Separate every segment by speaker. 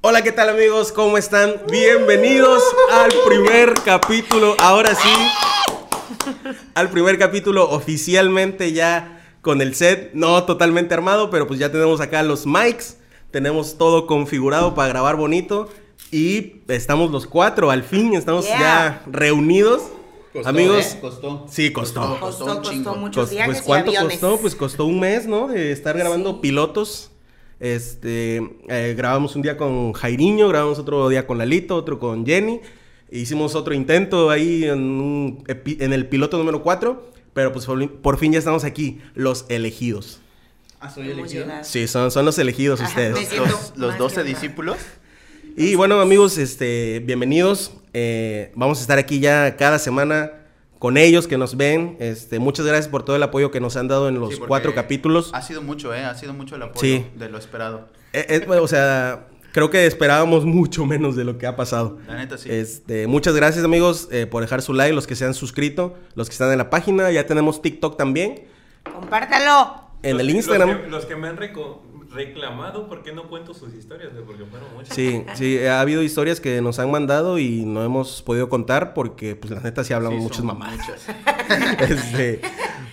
Speaker 1: Hola, ¿qué tal amigos? ¿Cómo están? Bienvenidos al primer capítulo, ahora sí, al primer capítulo oficialmente ya con el set, no totalmente armado, pero pues ya tenemos acá los mics, tenemos todo configurado para grabar bonito y estamos los cuatro, al fin estamos
Speaker 2: Yeah.
Speaker 1: ya reunidos.
Speaker 3: Costó,
Speaker 1: amigos,
Speaker 3: ¿eh? Costó.
Speaker 1: sí, costó.
Speaker 2: Costó,
Speaker 3: Costó un
Speaker 2: costó
Speaker 3: chingo.
Speaker 2: muchos
Speaker 1: Cos-
Speaker 2: viajes
Speaker 1: pues cuánto
Speaker 2: y aviones.
Speaker 1: costó, pues costó un mes, ¿no? De estar grabando pilotos. Este, eh, grabamos un día con Jairiño, grabamos otro día con Lalito, otro con Jenny. Hicimos otro intento ahí en, un epi- en el piloto número 4, pero pues por, por fin ya estamos aquí, los elegidos.
Speaker 3: Ah, soy
Speaker 2: Hemos
Speaker 3: elegido.
Speaker 2: llegado.
Speaker 1: Sí, son, son los elegidos
Speaker 2: Ajá, me
Speaker 1: ustedes.
Speaker 2: siento-
Speaker 4: Los, los
Speaker 2: Más
Speaker 4: 12
Speaker 2: que nada.
Speaker 4: discípulos.
Speaker 1: Y bueno, amigos, este, bienvenidos. Eh, vamos a estar aquí ya cada semana con ellos que nos ven. Este, muchas gracias por todo el apoyo que nos han dado en los
Speaker 3: Sí, porque
Speaker 1: cuatro capítulos.
Speaker 4: Ha sido mucho, ¿eh? Ha sido mucho el apoyo
Speaker 1: Sí.
Speaker 4: de lo esperado.
Speaker 1: Eh, eh, bueno, o sea, creo que esperábamos mucho menos de lo que ha pasado.
Speaker 4: La neta, sí.
Speaker 1: Este, muchas gracias amigos eh, por dejar su like, los que se han suscrito, los que están en la página, ya tenemos TikTok también,
Speaker 2: Compártalo.
Speaker 1: en
Speaker 5: Los-
Speaker 1: el
Speaker 5: los
Speaker 1: Instagram.
Speaker 5: que- Los que, me han reco- reclamado, ¿por qué no cuento sus historias? güey? Porque fueron muchas.
Speaker 1: Sí, sí, eh, ha habido historias que nos han mandado y no hemos podido contar porque, pues, la neta sí hablamos
Speaker 4: Sí,
Speaker 1: muchas
Speaker 4: son
Speaker 1: mamadas.
Speaker 4: muchas.
Speaker 1: Este,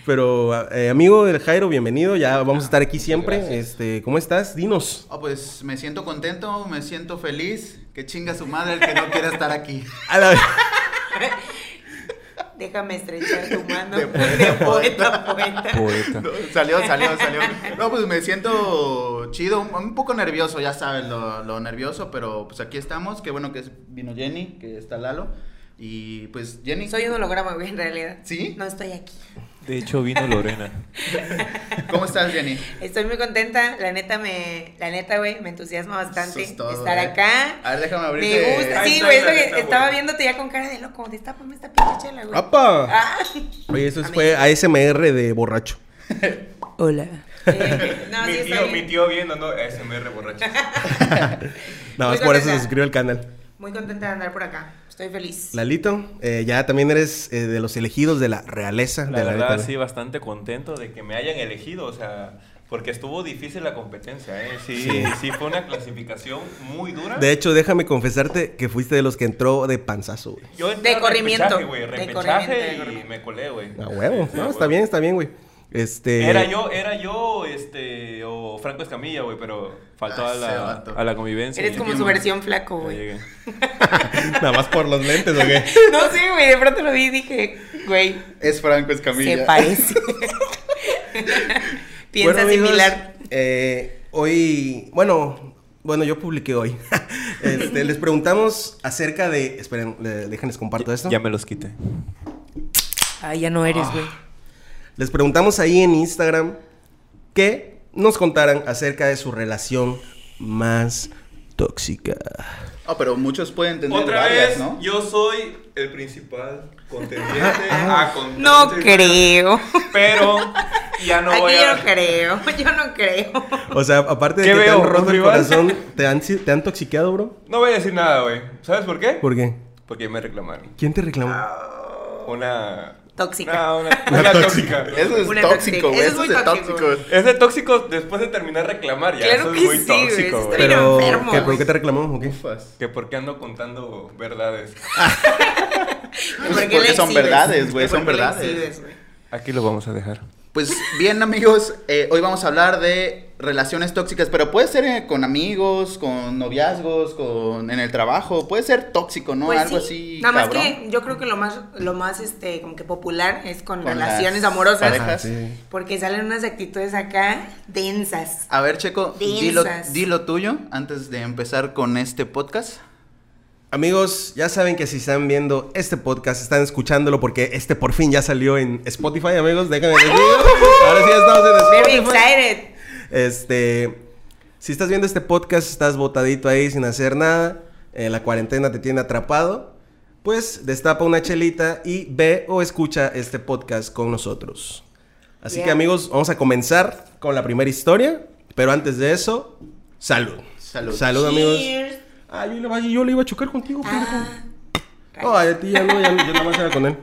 Speaker 1: pero, eh, amigo del Jairo, bienvenido, ya vamos a estar aquí siempre. Este, ¿cómo estás? Dinos.
Speaker 4: Ah, pues me siento contento, me siento feliz. Que chinga su madre el que no quiera estar aquí.
Speaker 1: A la-
Speaker 2: Déjame estrechar tu mano.
Speaker 4: De
Speaker 2: De
Speaker 4: poeta,
Speaker 2: poeta a poeta.
Speaker 4: No, salió, salió, salió. No, pues me siento chido, un, un poco nervioso, ya sabes, lo, lo nervioso, pero pues aquí estamos. Qué bueno que es- vino Jenny, que está Lalo. Y pues Jenny,
Speaker 2: Soy un holograma, güey, en realidad.
Speaker 4: ¿Sí?
Speaker 2: No estoy aquí.
Speaker 6: De hecho, vino Lorena.
Speaker 4: ¿cómo estás, Jenny?
Speaker 2: Estoy muy contenta. La neta, me, la neta, güey, me entusiasma bastante
Speaker 4: Eso es todo,
Speaker 2: estar
Speaker 4: ¿eh?
Speaker 2: acá.
Speaker 4: A ver, déjame abrirte.
Speaker 2: Me gusta,
Speaker 5: Ahí
Speaker 2: sí,
Speaker 5: está,
Speaker 2: güey, es
Speaker 5: la
Speaker 2: lo
Speaker 5: neta,
Speaker 2: que estaba
Speaker 5: güey.
Speaker 2: viendo ya con cara de loco, destápame esta pinche chela, güey.
Speaker 1: ¡Apa!
Speaker 2: Ah.
Speaker 1: Oye, eso
Speaker 2: Amigo.
Speaker 1: fue ASMR de borracho.
Speaker 2: Hola. Eh, no, sí,
Speaker 5: mi,
Speaker 2: está
Speaker 5: tío,
Speaker 2: bien.
Speaker 5: mi tío viendo, no, ese me reborracha.
Speaker 1: Nada
Speaker 2: Muy
Speaker 1: más por eso
Speaker 2: contenta.
Speaker 1: se suscribe al canal.
Speaker 2: Muy contenta de andar por acá. Estoy feliz.
Speaker 1: Lalito, eh, ya también eres eh, de los elegidos de la realeza.
Speaker 5: La
Speaker 1: de
Speaker 5: verdad,
Speaker 1: neta,
Speaker 5: sí, bastante contento de que me hayan elegido, o sea, porque estuvo difícil la competencia, ¿eh? Sí, sí, fue una clasificación muy dura.
Speaker 1: ¿no? De hecho, déjame confesarte que fuiste de los que entró de panzazo, güey.
Speaker 5: Yo entré
Speaker 2: De
Speaker 5: a
Speaker 2: corrimiento,
Speaker 5: repechaje, güey,
Speaker 2: de
Speaker 5: repechaje
Speaker 2: corrimiento, de
Speaker 5: y
Speaker 2: corrimiento.
Speaker 5: me colé, güey.
Speaker 1: A huevo.
Speaker 5: Sí, a
Speaker 1: No, está
Speaker 5: huevo. Eh,
Speaker 1: bien, está bien, güey. Este...
Speaker 5: Era yo, era yo, este, o Franco Escamilla, güey, pero faltó
Speaker 4: Ah,
Speaker 5: a
Speaker 4: ese
Speaker 5: la,
Speaker 4: vato.
Speaker 6: A la convivencia.
Speaker 2: Eres como
Speaker 6: Ya
Speaker 2: su versión flaco, güey.
Speaker 6: llegué.
Speaker 1: Nada más por los lentes, ¿o qué?
Speaker 2: No sé, güey, de pronto lo vi y dije, güey,
Speaker 4: Es Franco Escamilla.
Speaker 2: se parece. Piensa
Speaker 1: Bueno, amigos,
Speaker 2: similar.
Speaker 1: eh, hoy... Bueno... Bueno, yo publiqué hoy. Este, les preguntamos acerca de... Esperen, le- déjenles comparto esto.
Speaker 6: Ya me los quité.
Speaker 2: Ay, ya no eres, güey.
Speaker 1: Les preguntamos ahí en Instagram que nos contaran acerca de su relación más tóxica.
Speaker 4: Ah, pero muchos pueden tener
Speaker 5: Otra
Speaker 4: varias,
Speaker 5: vez,
Speaker 4: ¿no?
Speaker 5: yo soy el principal contendiente a contarte,
Speaker 2: No creo.
Speaker 5: Pero ya no voy
Speaker 2: Aquí yo no
Speaker 5: a.
Speaker 2: creo. Yo no creo.
Speaker 1: O sea, aparte de
Speaker 5: ¿Qué
Speaker 1: que te
Speaker 5: veo,
Speaker 1: han roto el
Speaker 5: rival?
Speaker 1: corazón, ¿te han, si- te han toxiqueado, bro?
Speaker 5: No voy a decir nada, güey. ¿Sabes por qué?
Speaker 1: ¿Por qué?
Speaker 5: Porque me reclamaron.
Speaker 1: ¿Quién te reclamó?
Speaker 5: Una.
Speaker 2: Tóxica.
Speaker 5: No, una, una tóxica.
Speaker 4: Eso es
Speaker 2: Una tóxica.
Speaker 4: tóxico, güey.
Speaker 2: Eso
Speaker 4: Eso
Speaker 2: es
Speaker 4: es de
Speaker 2: muy tóxico.
Speaker 4: tóxico.
Speaker 5: Es de tóxico después de terminar de reclamar ya.
Speaker 2: Claro
Speaker 5: Eso es
Speaker 2: que
Speaker 5: muy
Speaker 2: sí, güey, eso
Speaker 5: tóxico,
Speaker 2: está
Speaker 5: güey.
Speaker 2: bien.
Speaker 1: Pero,
Speaker 2: enfermo,
Speaker 1: ¿qué, ¿por
Speaker 2: güey.
Speaker 1: qué te reclamó? ¿O qué?
Speaker 4: Ufas.
Speaker 5: Que porque ando contando verdades.
Speaker 2: ¿Por
Speaker 4: Pues
Speaker 2: qué
Speaker 4: porque
Speaker 2: la
Speaker 4: son
Speaker 2: exhibes?
Speaker 4: verdades, güey,
Speaker 2: ¿Por
Speaker 4: son
Speaker 2: qué la
Speaker 4: verdades.
Speaker 2: exhibes, güey?
Speaker 6: Aquí lo vamos a dejar.
Speaker 4: Pues bien, amigos, eh, hoy vamos a hablar de relaciones tóxicas, pero puede ser eh, con amigos, con noviazgos, con en el trabajo, puede ser tóxico, ¿no?
Speaker 2: Pues
Speaker 4: Algo
Speaker 2: sí.
Speaker 4: así.
Speaker 2: Nada más
Speaker 4: cabrón.
Speaker 2: que yo creo que lo más, lo más este, como que popular es con,
Speaker 4: Con las
Speaker 2: relaciones amorosas.
Speaker 4: parejas.
Speaker 1: Ajá, sí.
Speaker 2: Porque salen unas actitudes acá densas.
Speaker 4: A ver, Checo, di lo,
Speaker 2: Densas.
Speaker 4: di lo tuyo antes de empezar con este podcast.
Speaker 1: Amigos, ya saben que si están viendo este podcast, están escuchándolo porque este por fin ya salió en Spotify, amigos. Déjenme decir. Ahora sí ya estamos en Spotify.
Speaker 2: Very excited.
Speaker 1: Este, si estás viendo este podcast, estás botadito ahí sin hacer nada, eh, la cuarentena te tiene atrapado, pues destapa una chelita y ve o escucha este podcast con nosotros. Así que
Speaker 2: Yeah.
Speaker 1: amigos, vamos a comenzar con la primera historia, pero antes de eso, salud.
Speaker 4: Salud.
Speaker 1: Salud amigos.
Speaker 2: Cheers.
Speaker 1: Ah, yo le, va- yo le iba a chocar contigo, pendejo.
Speaker 2: Ah,
Speaker 1: No, a ti ya no, ya, no, yo nada más era con él.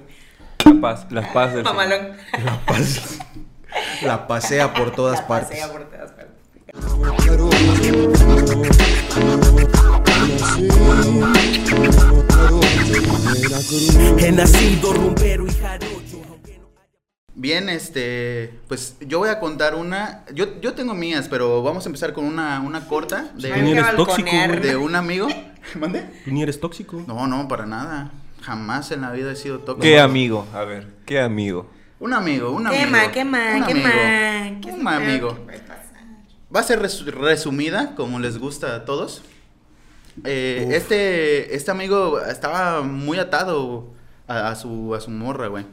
Speaker 6: La paz, las paz del Señor.
Speaker 2: mamalón.
Speaker 1: La paz. La pasea por todas
Speaker 2: La
Speaker 1: partes.
Speaker 2: pasea por todas partes.
Speaker 3: He nacido rumbero y jarocho.
Speaker 4: Bien, este, pues yo voy a contar una, yo, yo tengo mías, pero vamos a empezar con una, una corta
Speaker 1: Tú ni
Speaker 2: Hay que
Speaker 4: de,
Speaker 1: eres tóxico,
Speaker 2: balconear.
Speaker 1: güey.
Speaker 4: de un amigo. ¿Mande?
Speaker 1: Tú ni eres tóxico.
Speaker 4: No, no, para nada. Jamás en la vida he sido tóxico.
Speaker 6: ¿Qué amigo? A ver, ¿qué amigo?
Speaker 4: Un amigo, un amigo.
Speaker 2: Quema, quema,
Speaker 4: un
Speaker 2: quema.
Speaker 4: amigo,
Speaker 2: ¿Qué es
Speaker 4: Un
Speaker 2: lo peor
Speaker 4: amigo.
Speaker 2: que puede pasar?
Speaker 4: Va a ser resu- resumida, como les gusta a todos. Eh, este, este amigo estaba muy atado a, a su, a su morra, güey.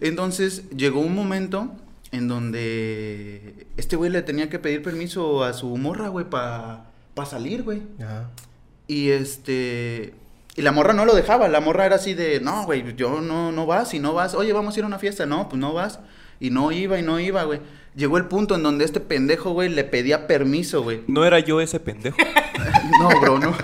Speaker 4: Entonces llegó un momento en donde este güey le tenía que pedir permiso a su morra, güey, para salir, güey.
Speaker 1: Ah.
Speaker 4: Y este. Y la morra no lo dejaba. La morra era así de, no, güey, yo no, no vas y no vas. Oye, vamos a ir a una fiesta. No, pues no vas. Y no iba y no iba, güey. Llegó el punto en donde este pendejo, güey, le pedía permiso, güey.
Speaker 6: No era yo ese pendejo.
Speaker 4: No, bro, no.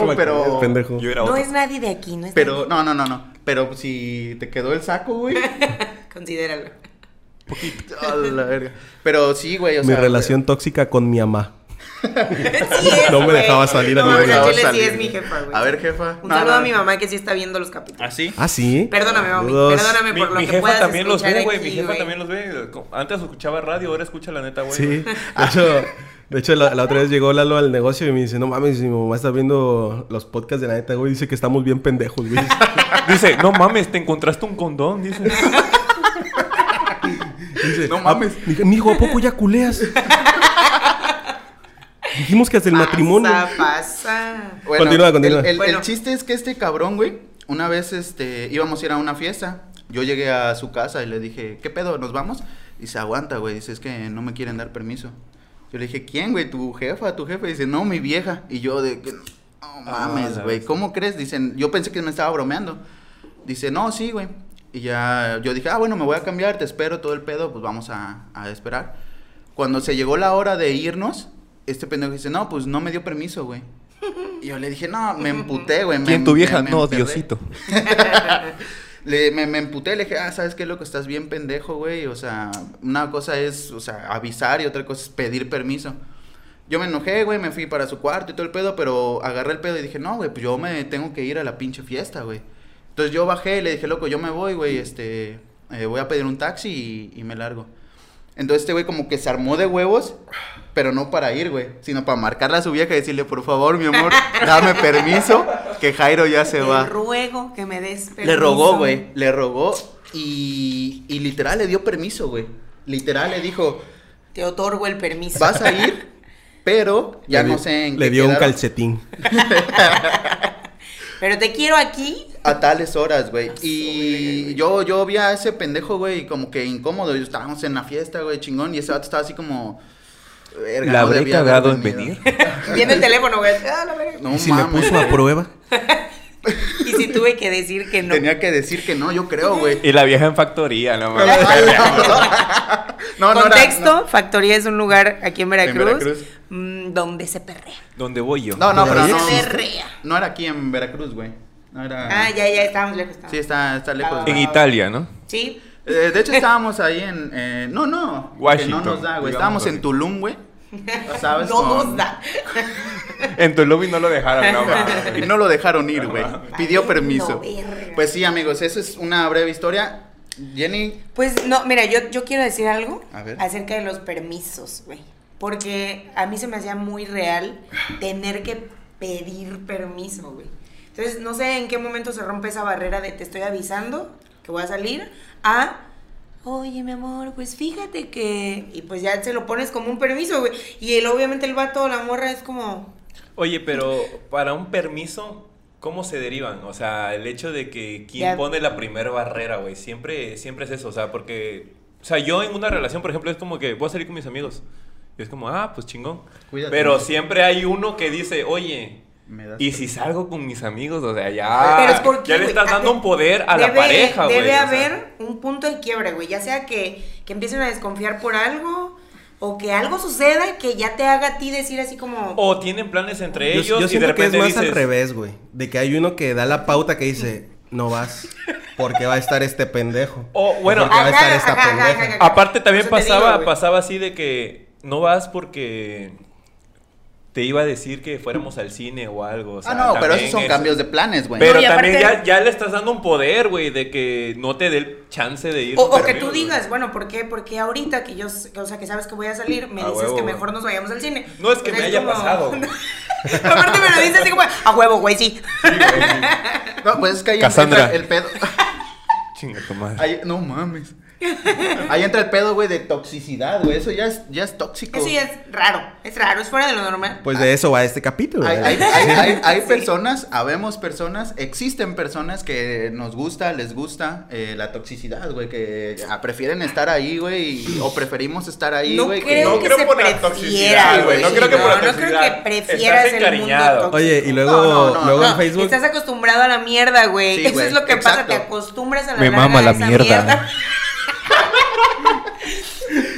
Speaker 1: te la crees,
Speaker 4: pero.
Speaker 1: pendejo.
Speaker 6: Yo era
Speaker 2: No
Speaker 6: otro.
Speaker 2: es nadie de aquí, no es
Speaker 4: Pero, no, no, no, no. Pero si te quedó el saco, güey.
Speaker 2: nadie. Considéralo.
Speaker 4: a la verga. Pero sí, güey, o
Speaker 1: mi
Speaker 4: sea.
Speaker 1: relación tóxica con mi mamá.
Speaker 2: Sí es,
Speaker 1: No me
Speaker 2: güey.
Speaker 1: dejaba salir a
Speaker 2: no,
Speaker 1: ningún
Speaker 2: o sea,
Speaker 1: lado.
Speaker 2: Chile sí
Speaker 4: Salir.
Speaker 2: es mi jefa, güey.
Speaker 4: A ver, jefa.
Speaker 2: Un
Speaker 4: No,
Speaker 2: saludo
Speaker 4: no,
Speaker 2: a mi
Speaker 4: no.
Speaker 2: mamá que sí está viendo los capítulos.
Speaker 4: ¿Así?
Speaker 1: Ah, sí.
Speaker 2: Perdóname, mami.
Speaker 1: Saludos.
Speaker 2: Perdóname
Speaker 5: Mi,
Speaker 2: por lo
Speaker 5: mi
Speaker 2: que
Speaker 5: jefa
Speaker 2: puedas
Speaker 5: también los
Speaker 2: escuchar
Speaker 5: ve, güey. Mi
Speaker 2: aquí,
Speaker 5: jefa también los ve. Co- Antes escuchaba radio, ahora escucha la neta, güey.
Speaker 1: Sí. De hecho, de hecho la, la otra vez llegó Lalo al negocio y me dice, no mames, mi mamá está viendo los podcasts de la neta, güey. Dice que estamos bien pendejos, güey.
Speaker 6: Dice, no mames, te encontraste un condón, dice.
Speaker 1: Dice,
Speaker 4: No mames.
Speaker 1: "Ah, dije, Mijo, ¿a poco ya culeas? Dijimos que hasta el
Speaker 4: Ah,
Speaker 1: matrimonio.
Speaker 2: Pasa, pasa.
Speaker 4: Bueno,
Speaker 1: Continúa, continúa.
Speaker 4: El, el- el
Speaker 2: Bueno.
Speaker 4: chiste es que este cabrón, güey, una vez este, íbamos a ir a una fiesta. Yo llegué a su casa y le dije, ¿qué pedo? ¿Nos vamos? Y se aguanta, güey. Dice, es que no me quieren dar permiso. Yo le dije, ¿quién, güey? ¿Tu jefa? ¿Tu jefe? Dice, no, mi vieja. Y yo de, que, no
Speaker 1: Ah,
Speaker 4: mames,
Speaker 6: la
Speaker 4: güey. ¿Cómo crees? Dicen, yo pensé que me estaba bromeando. Dice, no, sí, güey. Y ya yo dije, ah, bueno, me voy a cambiar, te espero, todo el pedo, pues vamos a, a esperar. Cuando se llegó la hora de irnos, este pendejo dice, no, pues no me dio permiso, güey. Y yo le dije, no, me emputé, güey. me- em-,
Speaker 6: ¿Quién tu vieja?
Speaker 4: me- me
Speaker 6: No,
Speaker 4: emperré.
Speaker 6: Diosito.
Speaker 4: Le, me, me emputé, le dije, ah, ¿sabes qué, loco? Estás bien pendejo, güey. O sea, una cosa es, o sea, avisar y otra cosa es pedir permiso. Yo me enojé, güey, me fui para su cuarto y todo el pedo, pero agarré el pedo y dije, no, güey, pues yo me tengo que ir a la pinche fiesta, güey. Entonces yo bajé y le dije, loco, yo me voy, güey, este, eh, voy a pedir un taxi y, y me largo. Entonces este güey como que se armó de huevos, pero no para ir, güey, sino para marcarle a su vieja y decirle, por favor, mi amor, dame permiso, que Jairo ya se
Speaker 2: Te
Speaker 4: va.
Speaker 2: ruego que me des permiso.
Speaker 4: Le rogó, güey. Le rogó y, y literal le dio permiso, güey. Literal le dijo,
Speaker 2: Te otorgo el permiso.
Speaker 4: vas a ir, pero ya
Speaker 1: Le
Speaker 4: no
Speaker 1: di-
Speaker 4: sé en
Speaker 1: Le
Speaker 4: qué
Speaker 1: dio un
Speaker 4: quedaron.
Speaker 1: calcetín.
Speaker 2: Pero te quiero aquí.
Speaker 4: A tales horas, güey. Y yo, yo vi a ese pendejo, güey, como que incómodo. Yo estábamos en la fiesta, güey, chingón. Y ese vato estaba así como... "Verga,
Speaker 6: ¿La
Speaker 4: no
Speaker 6: habré
Speaker 4: debía haber
Speaker 6: cagado en
Speaker 4: venido".
Speaker 6: venir?
Speaker 2: Viendo el teléfono, güey. Ah, la verga.
Speaker 4: No
Speaker 1: y si me
Speaker 4: mames.
Speaker 1: puso a prueba.
Speaker 2: Y si tuve que decir que no.
Speaker 4: Tenía que decir que no, yo creo, güey.
Speaker 6: Y la vieja en factoría, no mames.
Speaker 4: No, no era-
Speaker 2: Contexto, Factoría es un lugar aquí en Veracruz,
Speaker 4: Veracruz.
Speaker 2: mm, donde se perrea.
Speaker 6: ¿Dónde voy yo?
Speaker 4: No, no,
Speaker 1: Ya
Speaker 4: pero no.
Speaker 2: existe.
Speaker 4: No era aquí en Veracruz, güey. No era...
Speaker 2: Ah, ya, ya, estábamos lejos. estábamos.
Speaker 4: Sí, está, está lejos.
Speaker 6: En Italia, ¿no?
Speaker 2: Sí.
Speaker 4: Eh, de hecho, estábamos ahí en. eh, no, no.
Speaker 6: Washington,
Speaker 4: Que no nos da, güey.
Speaker 6: digamos
Speaker 4: Estábamos
Speaker 6: así.
Speaker 4: en Tulum, güey. ¿Sabes?
Speaker 2: No nos
Speaker 4: Con-
Speaker 2: da.
Speaker 6: En tu lobby no lo dejaron, no mames.
Speaker 4: Y no lo dejaron ir, güey. Pidió permiso.
Speaker 2: Valiendo verga.
Speaker 4: Pues sí, amigos, eso es una breve historia. Jenny.
Speaker 2: Pues no, mira, yo, yo quiero decir algo
Speaker 4: A ver.
Speaker 2: acerca de los permisos, güey. Porque a mí se me hacía muy real tener que pedir permiso, güey. Entonces, no sé en qué momento se rompe esa barrera de te estoy avisando que voy a salir a, oye, mi amor, pues fíjate que... Y pues ya se lo pones como un permiso, güey. Y él, obviamente el vato o la morra es como...
Speaker 5: Oye, pero para un permiso, ¿cómo se derivan? O sea, el hecho de que quién
Speaker 2: Ya.
Speaker 5: pone la primera barrera, güey. Siempre, siempre es eso. O sea, porque. O sea, yo en una relación, por ejemplo, es como que voy a salir con mis amigos. Y es como, ah, pues chingón.
Speaker 4: Cuídate.
Speaker 5: Pero siempre hay uno que dice, oye.
Speaker 4: Me das
Speaker 6: Y si salgo con mis amigos, o sea, Ah, ya.
Speaker 2: Pero es porque,
Speaker 5: ya le
Speaker 2: güey,
Speaker 5: estás dando
Speaker 2: hace-
Speaker 5: un poder a la
Speaker 2: debe-
Speaker 5: pareja, güey.
Speaker 2: Debe
Speaker 5: o sea.
Speaker 2: haber un punto de quiebre, güey. Ya sea que, que empiecen a desconfiar por algo o que algo suceda que ya te haga a ti decir así como...
Speaker 6: Oh,
Speaker 5: O tienen planes entre
Speaker 1: Yo,
Speaker 5: ellos
Speaker 1: yo
Speaker 5: y de
Speaker 1: siento que es
Speaker 5: repente
Speaker 1: más
Speaker 5: dices,
Speaker 1: al revés, güey. De que hay uno que da la pauta que dice, no vas, porque va a estar este pendejo.
Speaker 5: O, bueno,
Speaker 1: porque va a
Speaker 2: Ajá,
Speaker 1: estar esta
Speaker 2: ajá, ajá,
Speaker 1: pendeja.
Speaker 2: ajá, ajá.
Speaker 5: Aparte
Speaker 2: Por
Speaker 5: también
Speaker 2: eso te
Speaker 5: pasaba,
Speaker 2: digo, güey.
Speaker 5: pasaba así de que no vas porque
Speaker 6: te iba a decir que fuéramos al cine o algo. o sea,
Speaker 4: ah, no, pero
Speaker 6: también
Speaker 4: esos son
Speaker 6: es-
Speaker 4: cambios de planes, güey.
Speaker 6: Pero
Speaker 2: No, y
Speaker 6: también
Speaker 2: aparte-
Speaker 6: ya, ya le estás dando un poder, güey, de que no te dé el chance de ir.
Speaker 2: O,
Speaker 6: con tus
Speaker 2: o que tú
Speaker 6: amigos, güey.
Speaker 2: digas, bueno, ¿por qué? Porque ahorita que yo, s- o sea, que sabes que voy a salir, me
Speaker 6: A
Speaker 2: dices
Speaker 6: huevo,
Speaker 2: que
Speaker 6: güey.
Speaker 2: mejor nos vayamos al cine.
Speaker 6: No es que
Speaker 2: O
Speaker 6: me
Speaker 2: sea,
Speaker 6: haya
Speaker 2: como-
Speaker 6: pasado. güey.
Speaker 2: Aparte me lo dices así como, a huevo, güey, sí.
Speaker 6: Uh.
Speaker 4: No, pues es que ahí
Speaker 7: Cassandra.
Speaker 4: entra el pedo.
Speaker 7: Chinga tu madre.
Speaker 4: Ahí- no mames. Ahí entra el pedo, güey, de toxicidad, güey. Eso ya es, ya es tóxico.
Speaker 2: Eso ya es raro, es raro, es fuera de lo normal.
Speaker 1: Pues de eso va este capítulo.
Speaker 4: Hay, hay-
Speaker 1: ¿verdad?
Speaker 4: hay- hay- hay
Speaker 2: Sí.
Speaker 4: personas, habemos personas, existen personas que nos gusta, les gusta eh, la toxicidad, güey, que ah, prefieren estar ahí, güey, y- o preferimos estar ahí,
Speaker 2: no
Speaker 4: güey.
Speaker 2: creo
Speaker 6: no
Speaker 2: que
Speaker 6: creo
Speaker 2: se
Speaker 6: por la
Speaker 2: prefiera,
Speaker 6: toxicidad,
Speaker 2: güey.
Speaker 6: güey, no creo que por la
Speaker 2: no creo que
Speaker 6: toxicidad.
Speaker 2: prefieras
Speaker 6: Estás
Speaker 2: el mundo
Speaker 6: encariñado.
Speaker 2: tóxico.
Speaker 1: Oye, y luego,
Speaker 4: No, no, no,
Speaker 1: luego en
Speaker 2: No,
Speaker 1: Facebook.
Speaker 2: Estás acostumbrado a la mierda, güey.
Speaker 4: Sí,
Speaker 2: Eso
Speaker 4: güey,
Speaker 2: es lo que pasa,
Speaker 4: exacto.
Speaker 2: te acostumbras a la
Speaker 7: Me
Speaker 2: larga
Speaker 7: mama
Speaker 2: a
Speaker 7: la
Speaker 2: esa
Speaker 7: mierda.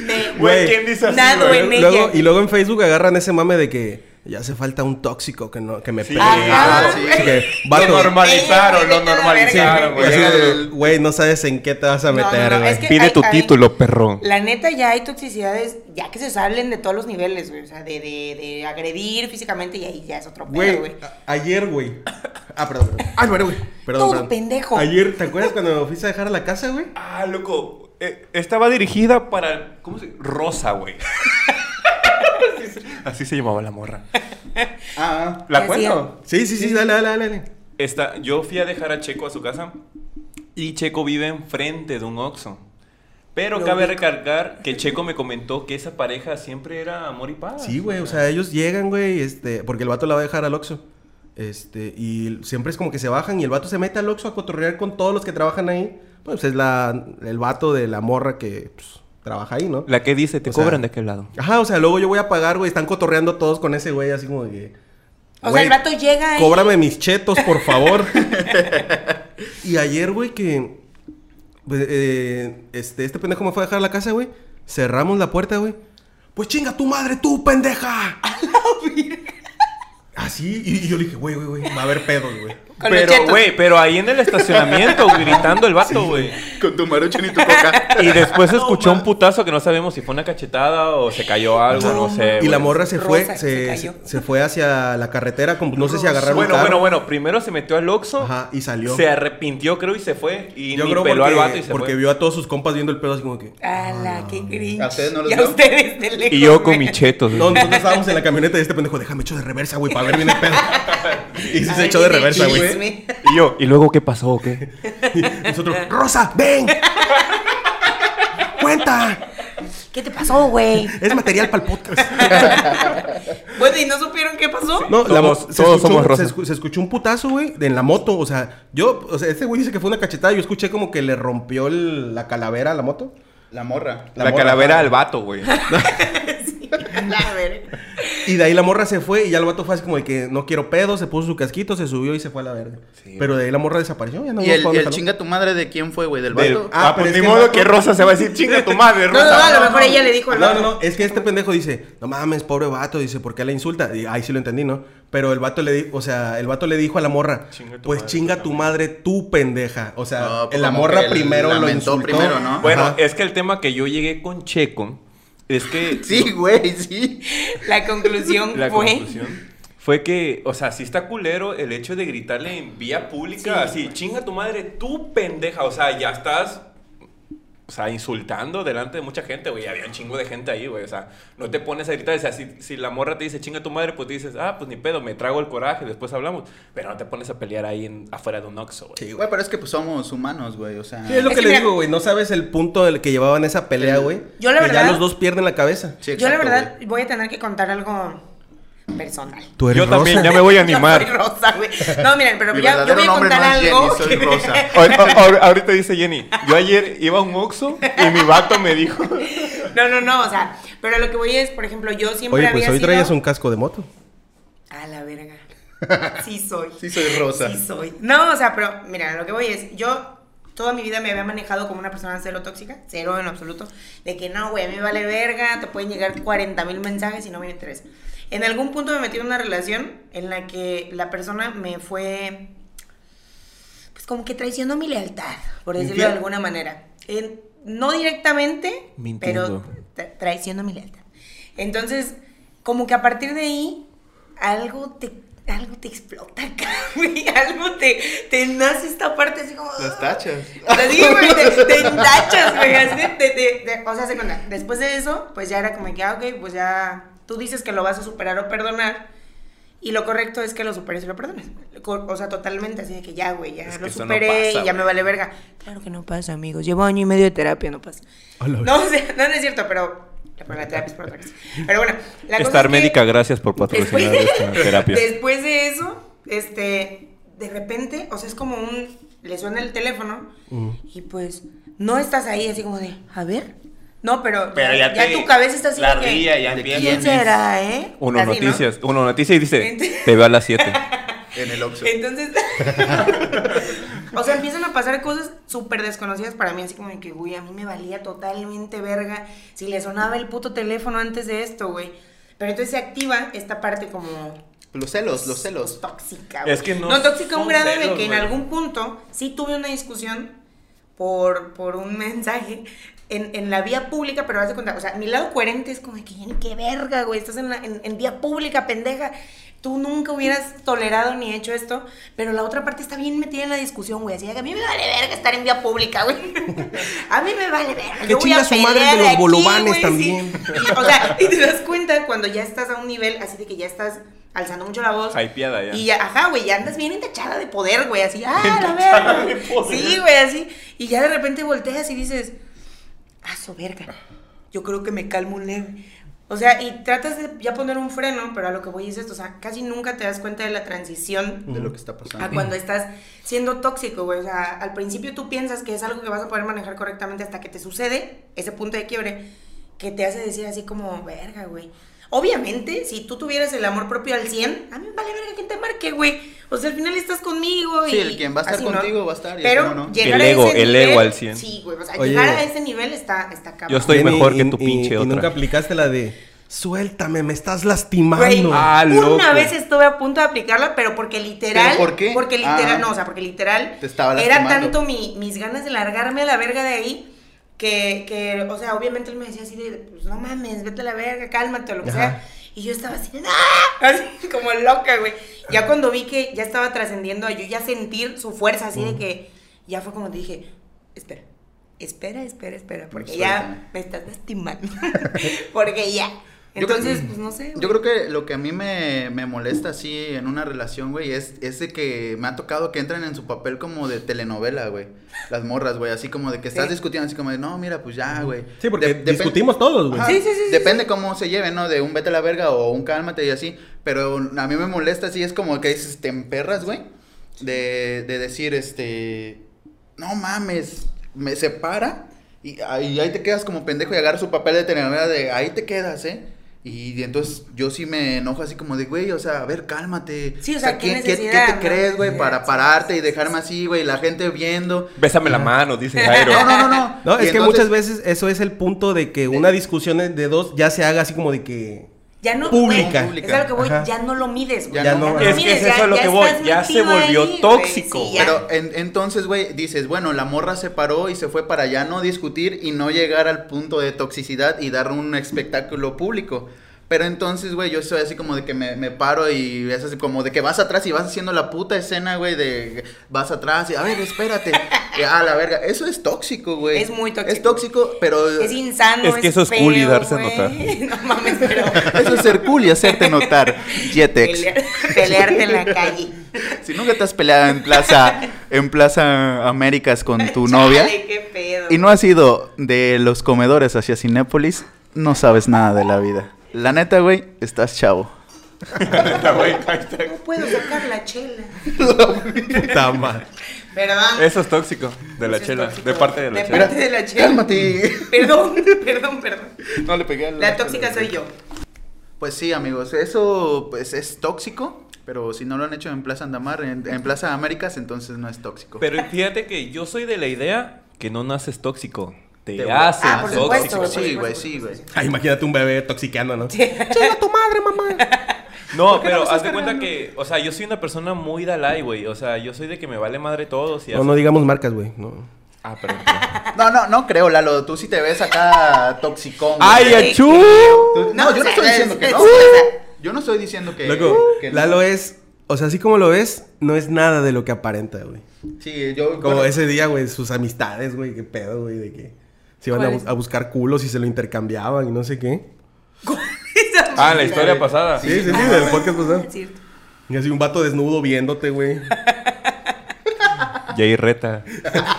Speaker 2: Me-
Speaker 6: Güey,
Speaker 1: Güey,
Speaker 6: ¿quién dice así,
Speaker 2: nada,
Speaker 6: güey?
Speaker 2: güey. en
Speaker 1: luego-
Speaker 2: ella.
Speaker 1: y luego en Facebook agarran ese mame de que ya hace falta un tóxico que no que me pegue.
Speaker 4: Ajá,
Speaker 1: Así
Speaker 4: sí.
Speaker 1: que,
Speaker 7: Lo
Speaker 1: vato,
Speaker 7: normalizaron, lo
Speaker 2: Vete a la
Speaker 7: normalizaron,
Speaker 2: verga.
Speaker 7: güey.
Speaker 1: así
Speaker 4: Llega
Speaker 1: de,
Speaker 4: el-
Speaker 1: güey, no sabes en qué te vas a
Speaker 2: No, no, no,
Speaker 1: meter, güey.
Speaker 2: es que
Speaker 7: Pide
Speaker 2: hay-
Speaker 7: tu
Speaker 2: hay-
Speaker 7: título, perro.
Speaker 2: La neta, ya hay toxicidades, ya que se salen de todos los niveles, güey. O sea, de, de, de agredir físicamente y ahí ya es otro pedo,
Speaker 1: Güey,
Speaker 2: güey.
Speaker 1: a- ayer, güey. Ah, perdón, perdón. Ah, bueno, güey. Perdón,
Speaker 2: Todo
Speaker 1: perdón.
Speaker 2: pendejo.
Speaker 1: Ayer, ¿te acuerdas cuando me fuiste a dejar a la casa, güey?
Speaker 6: Ah, loco. eh, esta va dirigida para. ¿Cómo se Rosa, güey. Así se- Así se llamaba la morra.
Speaker 4: Ah,
Speaker 6: ¿La
Speaker 2: ¿Qué
Speaker 6: cuento?
Speaker 1: Sí, sí, sí, dale, dale, dale. dale.
Speaker 6: Esta- yo fui a dejar a Checo a su casa y Checo vive enfrente de un Oxxo. Pero
Speaker 2: Lo
Speaker 6: cabe
Speaker 2: ubico.
Speaker 6: recalcar que Checo me comentó que esa pareja siempre era amor y paz.
Speaker 1: Sí, güey, o sea, ellos llegan, güey, este, porque el vato la va a dejar al Oxxo. Este, y siempre es como que se bajan y el vato se mete al Oxxo a cotorrear con todos los que trabajan ahí. Pues es la, el vato de la morra que pues, trabaja ahí, ¿no?
Speaker 6: La que dice, te
Speaker 1: O sea,
Speaker 6: cobran de aquel lado.
Speaker 1: Ajá, o sea, luego yo voy a pagar, güey, están cotorreando todos con ese güey así como de que...
Speaker 2: O sea,
Speaker 1: güey,
Speaker 2: el vato llega ahí.
Speaker 1: Cóbrame mis chetos, por favor. y ayer, güey, que. pues, eh, este, este pendejo me fue a dejar a la casa, güey. Cerramos la puerta, güey. Pues chinga tu madre, tú, pendeja. Así, y, y yo le dije, güey, güey, güey, va a haber pedos, güey.
Speaker 2: Con los
Speaker 6: Pero,
Speaker 2: chetos.
Speaker 6: güey, pero ahí en el estacionamiento gritando el vato, güey.
Speaker 4: con tu maruchan y tu coca.
Speaker 6: Y después escuchó un putazo que no sabemos si fue una cachetada o se cayó algo, no sé.
Speaker 1: Y la
Speaker 6: güey.
Speaker 1: morra se
Speaker 2: Rosa,
Speaker 1: fue,
Speaker 2: se
Speaker 1: se,
Speaker 2: cayó.
Speaker 1: se- se fue hacia la carretera, como, no sé si agarraron
Speaker 6: Bueno,
Speaker 1: un carro.
Speaker 6: bueno, bueno, primero se metió al Oxxo.
Speaker 1: Ajá, y salió.
Speaker 6: Se arrepintió, creo, y se fue. Y
Speaker 1: Yo
Speaker 6: ni
Speaker 1: creo
Speaker 6: peló
Speaker 1: porque,
Speaker 6: al vato y se
Speaker 1: porque
Speaker 6: fue.
Speaker 1: vio a todos sus compas viendo el pedo así como que.
Speaker 2: A la que cringe.
Speaker 4: ¿A ustedes no los
Speaker 2: y a
Speaker 4: veo?
Speaker 2: ustedes de lejos,
Speaker 7: Y yo con
Speaker 2: güey.
Speaker 7: mis chetos.
Speaker 1: No,
Speaker 7: güey.
Speaker 1: nosotros estábamos en la camioneta y este pendejo, déjame echo de reversa, güey, para ver bien el pedo. Y sí se
Speaker 2: Ay,
Speaker 1: echó de
Speaker 2: dime,
Speaker 1: reversa, güey.
Speaker 2: chisme.
Speaker 7: Y yo, ¿y luego qué pasó o qué?
Speaker 1: Y Nosotros, Rosa, ven. Cuenta.
Speaker 2: ¿Qué te pasó, güey?
Speaker 1: Es material para el podcast.
Speaker 2: Bueno, ¿y no supieron qué pasó?
Speaker 1: No, la mo-
Speaker 7: Somos-
Speaker 1: se
Speaker 7: todos
Speaker 1: escuchó-
Speaker 7: somos Rosa.
Speaker 1: Se, escu- se escuchó un putazo, güey, de- en la moto. O sea, yo, o sea, este güey dice que fue una cachetada. Yo escuché como que le rompió el- la calavera a la moto.
Speaker 4: La morra.
Speaker 1: La
Speaker 7: La,
Speaker 1: morra.
Speaker 7: calavera al vato, güey.
Speaker 2: A ver.
Speaker 1: Y de ahí la morra se fue y ya el vato fue así como de que no quiero pedo. Se puso su casquito, se subió y se fue a la verga. Pero de ahí la morra desapareció. Ya no
Speaker 4: Y
Speaker 1: vimos
Speaker 4: el,
Speaker 1: pa'
Speaker 4: y
Speaker 1: dónde
Speaker 4: el
Speaker 1: jaló.
Speaker 4: chinga tu madre de quién fue, güey, del
Speaker 7: Del-
Speaker 4: vato.
Speaker 1: Ah,
Speaker 7: ah,
Speaker 1: pero
Speaker 7: pues ni
Speaker 1: es que
Speaker 7: modo
Speaker 1: no-
Speaker 7: que Rosa se va a decir, chinga tu madre,
Speaker 2: No, no, no,
Speaker 7: Rosa.
Speaker 2: a lo mejor ella le dijo al
Speaker 1: No,
Speaker 2: vato.
Speaker 1: no, no, es que este pendejo dice, no mames, pobre vato, dice, ¿por qué la insulta? Y ahí sí lo entendí, ¿no? Pero el vato le dijo, o sea, el vato le dijo a la morra,
Speaker 6: Chinga tu
Speaker 1: pues
Speaker 6: madre,
Speaker 1: chinga tu madre, tú pendeja. O sea,
Speaker 4: No, pues
Speaker 1: la
Speaker 4: como
Speaker 1: morra
Speaker 4: que
Speaker 1: primero lo
Speaker 4: lamentó
Speaker 1: insultó.
Speaker 4: primero, ¿no?
Speaker 6: Bueno,
Speaker 1: Ajá.
Speaker 6: es que el tema que yo llegué con Checo es que
Speaker 4: Sí, güey, sí.
Speaker 2: La conclusión
Speaker 6: la
Speaker 2: fue.
Speaker 6: conclusión fue que, o sea, sí está culero el hecho de gritarle en vía pública así, chinga tu madre, tú pendeja, o sea, ya estás o sea, insultando delante de mucha gente, güey, había un chingo de gente ahí, güey, o sea, no te pones a gritar, o sea, si, si la morra te dice, chinga tu madre, pues dices, ah, pues ni pedo, me trago el coraje, después hablamos, pero no te pones a pelear ahí en- afuera de un oxo, güey.
Speaker 1: Sí, güey.
Speaker 4: Güey, pero es que pues somos humanos, güey, o sea.
Speaker 1: Sí, es lo que,
Speaker 2: Es que
Speaker 1: le
Speaker 2: mira-
Speaker 1: digo, güey, no sabes el punto del que llevaban esa pelea,
Speaker 4: El-
Speaker 1: güey.
Speaker 2: Yo la
Speaker 1: que
Speaker 2: verdad-
Speaker 1: Ya los dos pierden la cabeza.
Speaker 4: Sí,
Speaker 2: Yo la
Speaker 4: exacto,
Speaker 2: verdad
Speaker 4: güey.
Speaker 2: voy a tener que contar algo personal.
Speaker 1: Tú
Speaker 7: Yo también, ya me voy a
Speaker 2: Yo soy
Speaker 7: animar.
Speaker 2: rosa, güey. No, miren, pero
Speaker 4: Mi
Speaker 2: ya, yo voy
Speaker 4: verdadero
Speaker 2: a
Speaker 4: nombre
Speaker 2: contar
Speaker 4: no es
Speaker 2: algo.
Speaker 4: Jenny, soy
Speaker 2: que-
Speaker 4: Rosa.
Speaker 7: Ahor- ahor- Ahorita dice Jenny, yo ayer iba a un Oxxo y mi vato me dijo...
Speaker 2: no, no, no, o sea, pero lo que voy es, por ejemplo, yo siempre
Speaker 1: Oye,
Speaker 2: había
Speaker 1: pues hoy
Speaker 2: sido...
Speaker 1: traías un casco de moto.
Speaker 2: A la verga. Sí soy.
Speaker 4: Sí soy rosa.
Speaker 2: Sí soy. No, o sea, pero mira, lo que voy es, yo toda mi vida me había manejado como una persona cero tóxica, cero en absoluto, de que no, güey, a mí me vale verga, te pueden llegar 40 mil mensajes y no me interesa. En algún punto me metí en una relación en la que la persona me fue, pues como que traicionó mi lealtad, por decirlo
Speaker 4: Infiel.
Speaker 2: de alguna manera. En- no directamente,
Speaker 7: Mintiendo.
Speaker 2: pero tra- traicionó mi lealtad. Entonces, como que a partir de ahí algo te, algo te explota acá, güey. Algo te, te nace esta parte así como.
Speaker 4: Las tachas.
Speaker 2: Sí, güey, te, te entachas, güey. así, te- te- te- o sea, se cuenta, Después de eso, pues ya era como que, ah, ok, pues ya tú dices que lo vas a superar o perdonar. Y lo correcto es que lo superes y lo perdones. Co- O sea, totalmente así de que ya, güey, ya
Speaker 5: Es que
Speaker 2: lo
Speaker 5: eso no
Speaker 2: superé y
Speaker 5: pasa,
Speaker 2: ya
Speaker 5: güey.
Speaker 2: me vale verga. Claro que no pasa, amigos. Llevo año y medio de terapia, no pasa. No, o sea, no, no es cierto, pero la, pero la terapia es por otra cosa. Pero bueno, la cosa
Speaker 6: Estar
Speaker 2: es que-
Speaker 6: médica, gracias por
Speaker 2: Después,
Speaker 6: patrocinar esta terapia.
Speaker 2: después de eso, este, de repente, o sea, es como un, le suena el teléfono y pues no estás ahí así como de, a ver, no, pero,
Speaker 5: Pero ya te-
Speaker 2: tu cabeza está así
Speaker 5: la
Speaker 2: de que,
Speaker 5: ardilla ya
Speaker 2: ¿de
Speaker 5: empieza.
Speaker 2: ¿quién será, eh?
Speaker 6: Uno
Speaker 2: Así, ¿no?
Speaker 6: noticias, uno noticia y dice,
Speaker 2: Ent-
Speaker 6: te veo a las 7.
Speaker 4: En el Oxxo.
Speaker 2: Entonces, o sea, empiezan a pasar cosas súper desconocidas para mí, así como de que, güey, a mí me valía totalmente verga si le sonaba el puto teléfono antes de esto, güey. Pero entonces se activa esta parte como
Speaker 4: Los celos, los celos.
Speaker 2: tóxica. güey.
Speaker 5: Es que no
Speaker 2: tóxica a un
Speaker 5: son
Speaker 2: grado de
Speaker 5: celos,
Speaker 2: que en
Speaker 5: güey.
Speaker 2: algún punto sí tuve una discusión por, por un mensaje en, en la vía pública, pero vas de cuenta, o sea, mi lado coherente es como de que, "Jenny, qué verga, güey, estás en, la- en- en vía pública, pendeja. Tú nunca hubieras tolerado ni hecho esto, pero la otra parte está bien metida en la discusión, güey. Así de que a mí me vale verga estar en vía pública, güey. A mí me vale verga.
Speaker 1: Que
Speaker 2: yo voy a
Speaker 1: chinga su madre el de
Speaker 2: pelear
Speaker 1: los
Speaker 2: aquí,
Speaker 1: bolovanes
Speaker 2: güey, sí.
Speaker 1: también.
Speaker 2: Y, o sea, y te das cuenta cuando ya estás a un nivel así de que ya estás alzando mucho la voz.
Speaker 6: Hypeada ya.
Speaker 2: Y ya, ajá, güey, ya andas bien entachada de poder, güey, así, ah, la verga. güey. Sí, güey, así. Y ya de repente volteas y dices, ah, su verga. Yo creo que me calmo un leve. O sea, y tratas de ya poner un freno, pero a lo que voy es esto, o sea, casi nunca te das cuenta de la transición
Speaker 4: De lo que está
Speaker 2: a
Speaker 4: pasando.
Speaker 2: cuando estás siendo tóxico, güey. O sea, al principio tú piensas que es algo que vas a poder manejar correctamente hasta que te sucede ese punto de quiebre que te hace decir así como, verga, güey. Obviamente, si tú tuvieras el amor propio al 100, a mí me vale verga quien te marque, güey. O sea, al final estás conmigo y...
Speaker 4: Sí, el quien va a estar
Speaker 2: así, ¿no?
Speaker 4: contigo va a estar y el
Speaker 2: Pero
Speaker 4: que no, no.
Speaker 2: llegar
Speaker 6: El
Speaker 2: a
Speaker 6: ego,
Speaker 2: ese
Speaker 6: el
Speaker 2: nivel-
Speaker 6: ego al 100.
Speaker 2: Sí, güey. O sea,
Speaker 1: Oye.
Speaker 2: llegar a ese nivel está, está cabrón.
Speaker 6: Yo estoy-
Speaker 1: Jenny,
Speaker 6: mejor que
Speaker 1: y-
Speaker 6: tu
Speaker 1: y-
Speaker 6: pinche
Speaker 1: Y
Speaker 6: otra.
Speaker 1: nunca aplicaste la de, suéltame, me estás
Speaker 2: Güey,
Speaker 1: lastimando.
Speaker 6: Ah,
Speaker 2: una
Speaker 6: loco.
Speaker 2: vez estuve a punto de aplicarla, pero porque literal.
Speaker 4: ¿Pero por qué?
Speaker 2: Porque literal,
Speaker 4: Ah.
Speaker 2: no, o sea, porque literal.
Speaker 4: Te estaba
Speaker 2: era
Speaker 4: lastimando.
Speaker 2: tanto mi- mis ganas de largarme a la verga de ahí. Que, que, o sea, obviamente él me decía así de, pues no mames, vete a la verga, cálmate o lo que sea. Y yo estaba así de, ¡ah! Así como loca, güey. Ya cuando vi que ya estaba trascendiendo a yo ya sentir su fuerza, así
Speaker 4: Mm.
Speaker 2: de que ya fue como te dije, espera, espera, espera, espera, porque ya
Speaker 4: Suéltame.
Speaker 2: me estás lastimando. porque ya.
Speaker 4: Yo creo-
Speaker 2: Entonces, pues no sé.
Speaker 4: Yo creo que lo que a mí me, me molesta así en una relación, güey, es, es de que me ha tocado que entran en su papel como de telenovela, güey. Las morras, güey, así como de que estás
Speaker 2: Sí.
Speaker 4: discutiendo, así como de, no, mira, pues ya, güey.
Speaker 1: Sí, porque
Speaker 4: De- depen-
Speaker 1: discutimos todos, güey.
Speaker 4: Ajá,
Speaker 2: Sí, sí, sí, sí,
Speaker 4: Depende cómo se lleven, ¿no? De un vete a la verga o un cálmate y así. Pero a mí me molesta así, es como que dices, te emperras, güey. De, de decir, este. No mames, me separa. Y, ahí- ahí te quedas como pendejo y agarras su papel de telenovela de ahí te quedas, ¿eh? Y, entonces yo sí me enojo así como de, güey, o sea, a ver, cálmate.
Speaker 2: Sí, o sea, ¿qué
Speaker 4: ¿quién- ¿qué, qué
Speaker 2: necesidad,
Speaker 4: te
Speaker 2: no?
Speaker 4: crees, güey,
Speaker 2: Sí,
Speaker 4: para
Speaker 2: sí,
Speaker 4: pararte
Speaker 2: sí,
Speaker 4: y dejarme así, güey? La gente viendo.
Speaker 6: Bésame la mano, dice Jairo.
Speaker 4: No, no, no, no.
Speaker 1: No,
Speaker 4: Y
Speaker 1: es que
Speaker 4: entonces-
Speaker 1: muchas veces eso es el punto de que una discusión de dos ya se haga así como de que...
Speaker 2: Ya no,
Speaker 1: Pública.
Speaker 2: güey, es a lo que voy,
Speaker 1: Ajá.
Speaker 2: ya no lo mides, güey.
Speaker 4: Ya Ya no, no, es
Speaker 6: que es eso a lo que voy,
Speaker 2: estás
Speaker 6: ya se
Speaker 2: metido
Speaker 6: volvió
Speaker 2: güey,
Speaker 6: tóxico.
Speaker 2: sí, ya.
Speaker 4: Pero en- entonces, güey, dices, bueno, la morra se paró y se fue para allá no discutir y no llegar al punto de toxicidad y dar un espectáculo público. Pero entonces, güey, yo soy así como de que me, me paro y es así como de que vas atrás y vas haciendo la puta escena, güey, de vas atrás y a ver, espérate. Y, ah, la verga. Eso es tóxico, güey.
Speaker 2: Es muy tóxico.
Speaker 4: Es tóxico, pero.
Speaker 2: es insano.
Speaker 6: Es que eso es cool y
Speaker 2: feo,
Speaker 6: darse a
Speaker 2: güey.
Speaker 6: notar.
Speaker 2: No mames, pero
Speaker 4: Eso es ser cool y hacerte notar. Jetex.
Speaker 2: pelear- pelearte en la calle.
Speaker 4: Si nunca te has peleado en Plaza, en Plaza Américas con tu novia.
Speaker 2: Chale, qué pedo.
Speaker 4: y no has ido de los comedores hacia Cinépolis, no sabes nada de la vida. La neta, güey, estás chavo.
Speaker 6: Neta, güey, hashtag.
Speaker 2: No puedo sacar la chela.
Speaker 1: Puta madre.
Speaker 2: Perdón.
Speaker 6: Eso es tóxico, de la
Speaker 2: Eso es
Speaker 6: chela,
Speaker 2: tóxico.
Speaker 6: de parte de la
Speaker 2: De
Speaker 6: chela.
Speaker 2: parte de la chela. Perdón, perdón, perdón.
Speaker 4: No le pegué a
Speaker 2: La tóxica soy yo.
Speaker 4: Pues sí, amigos, eso pues es tóxico, pero si no lo han hecho en Plaza Andamar, en, en Plaza Américas, entonces no es tóxico.
Speaker 6: Pero fíjate que yo soy de la idea que no naces tóxico, te,
Speaker 4: Te
Speaker 6: haces
Speaker 2: Ah, por supuesto.
Speaker 6: tóxico.
Speaker 2: por
Speaker 4: Sí, güey,
Speaker 2: supuesto,
Speaker 4: sí,
Speaker 2: por
Speaker 4: güey.
Speaker 2: supuesto.
Speaker 1: Ay, Ah, imagínate un bebé toxiqueando, ¿no?
Speaker 6: No, pero haz de cuenta que, o sea, yo soy una persona muy Dalai, güey. O sea, yo soy de que me vale madre todos y
Speaker 1: No, no digamos marcas, güey. No.
Speaker 6: Ah, perdón.
Speaker 4: No, no, no creo, Lalo, tú sí te ves acá toxicón. güey.
Speaker 6: ¡Ay, achú!
Speaker 4: Tú- no, yo no
Speaker 2: o sea,
Speaker 4: estoy diciendo que
Speaker 2: es-
Speaker 4: no.
Speaker 2: es- o sea,
Speaker 4: Yo no estoy diciendo que.
Speaker 1: Loco,
Speaker 4: que no.
Speaker 1: Lalo es. O sea, así como lo ves, no es nada de lo que aparenta, güey.
Speaker 4: Sí, yo.
Speaker 1: Como
Speaker 4: bueno,
Speaker 1: ese día, güey, sus amistades, güey, qué pedo, güey, de que se iban a,
Speaker 2: ¿Cuál
Speaker 1: bus-
Speaker 2: es?
Speaker 1: a buscar culos y se lo intercambiaban y no sé qué.
Speaker 6: Ah, la historia pasada.
Speaker 1: Sí, sí, sí,
Speaker 2: Ah,
Speaker 1: del podcast pasado.
Speaker 2: Es cierto.
Speaker 1: Y así un vato desnudo viéndote, güey.
Speaker 6: Y ahí reta.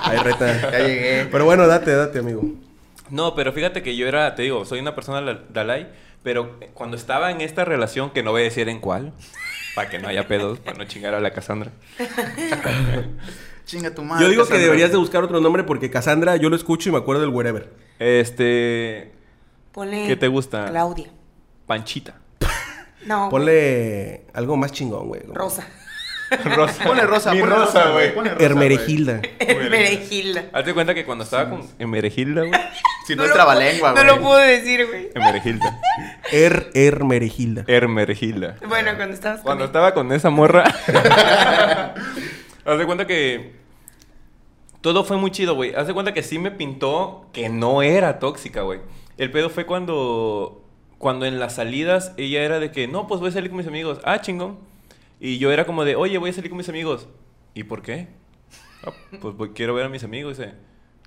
Speaker 1: Ahí reta.
Speaker 4: Ya llegué.
Speaker 1: Pero bueno, date, date, amigo.
Speaker 6: No, pero fíjate que yo era, te digo, soy una persona la- Dalai, pero cuando estaba en esta relación, que no voy a decir en cuál, para que no haya pedos, para no chingar a la Cassandra.
Speaker 4: Chinga tu madre.
Speaker 1: Yo digo que
Speaker 4: Cassandra.
Speaker 1: deberías de buscar otro nombre porque Cassandra, yo lo escucho y me acuerdo del wherever.
Speaker 6: Este,
Speaker 2: Ponle.
Speaker 6: ¿Qué te gusta?
Speaker 2: Claudia.
Speaker 6: Panchita.
Speaker 2: No.
Speaker 1: Ponle algo más chingón, güey. como
Speaker 2: Rosa.
Speaker 6: Rosa.
Speaker 4: Ponle rosa,
Speaker 6: Mi
Speaker 4: ponle rosa, güey. Ponle rosa, güey.
Speaker 1: Hermeregilda.
Speaker 2: Merejilda.
Speaker 6: Hazte cuenta que cuando estaba con Emergilda, güey.
Speaker 4: Si no es trabalengua, güey.
Speaker 2: No lo pude decir, güey.
Speaker 6: Emergilda.
Speaker 1: Er, Hermeregilda.
Speaker 6: Hermergilda.
Speaker 2: Bueno, cuando estabas con
Speaker 6: Cuando
Speaker 2: él.
Speaker 6: estaba con esa morra. Haz de cuenta que. Todo fue muy chido, güey. Haz de cuenta que sí me pintó que no era tóxica, güey. El pedo fue cuando. Cuando en las salidas ella era de que, no, pues voy a salir con mis amigos. Ah, chingón. Y yo era como de, oye, voy a salir con mis amigos. ¿Y por qué? "Ah, pues voy- quiero ver a mis amigos. Dice,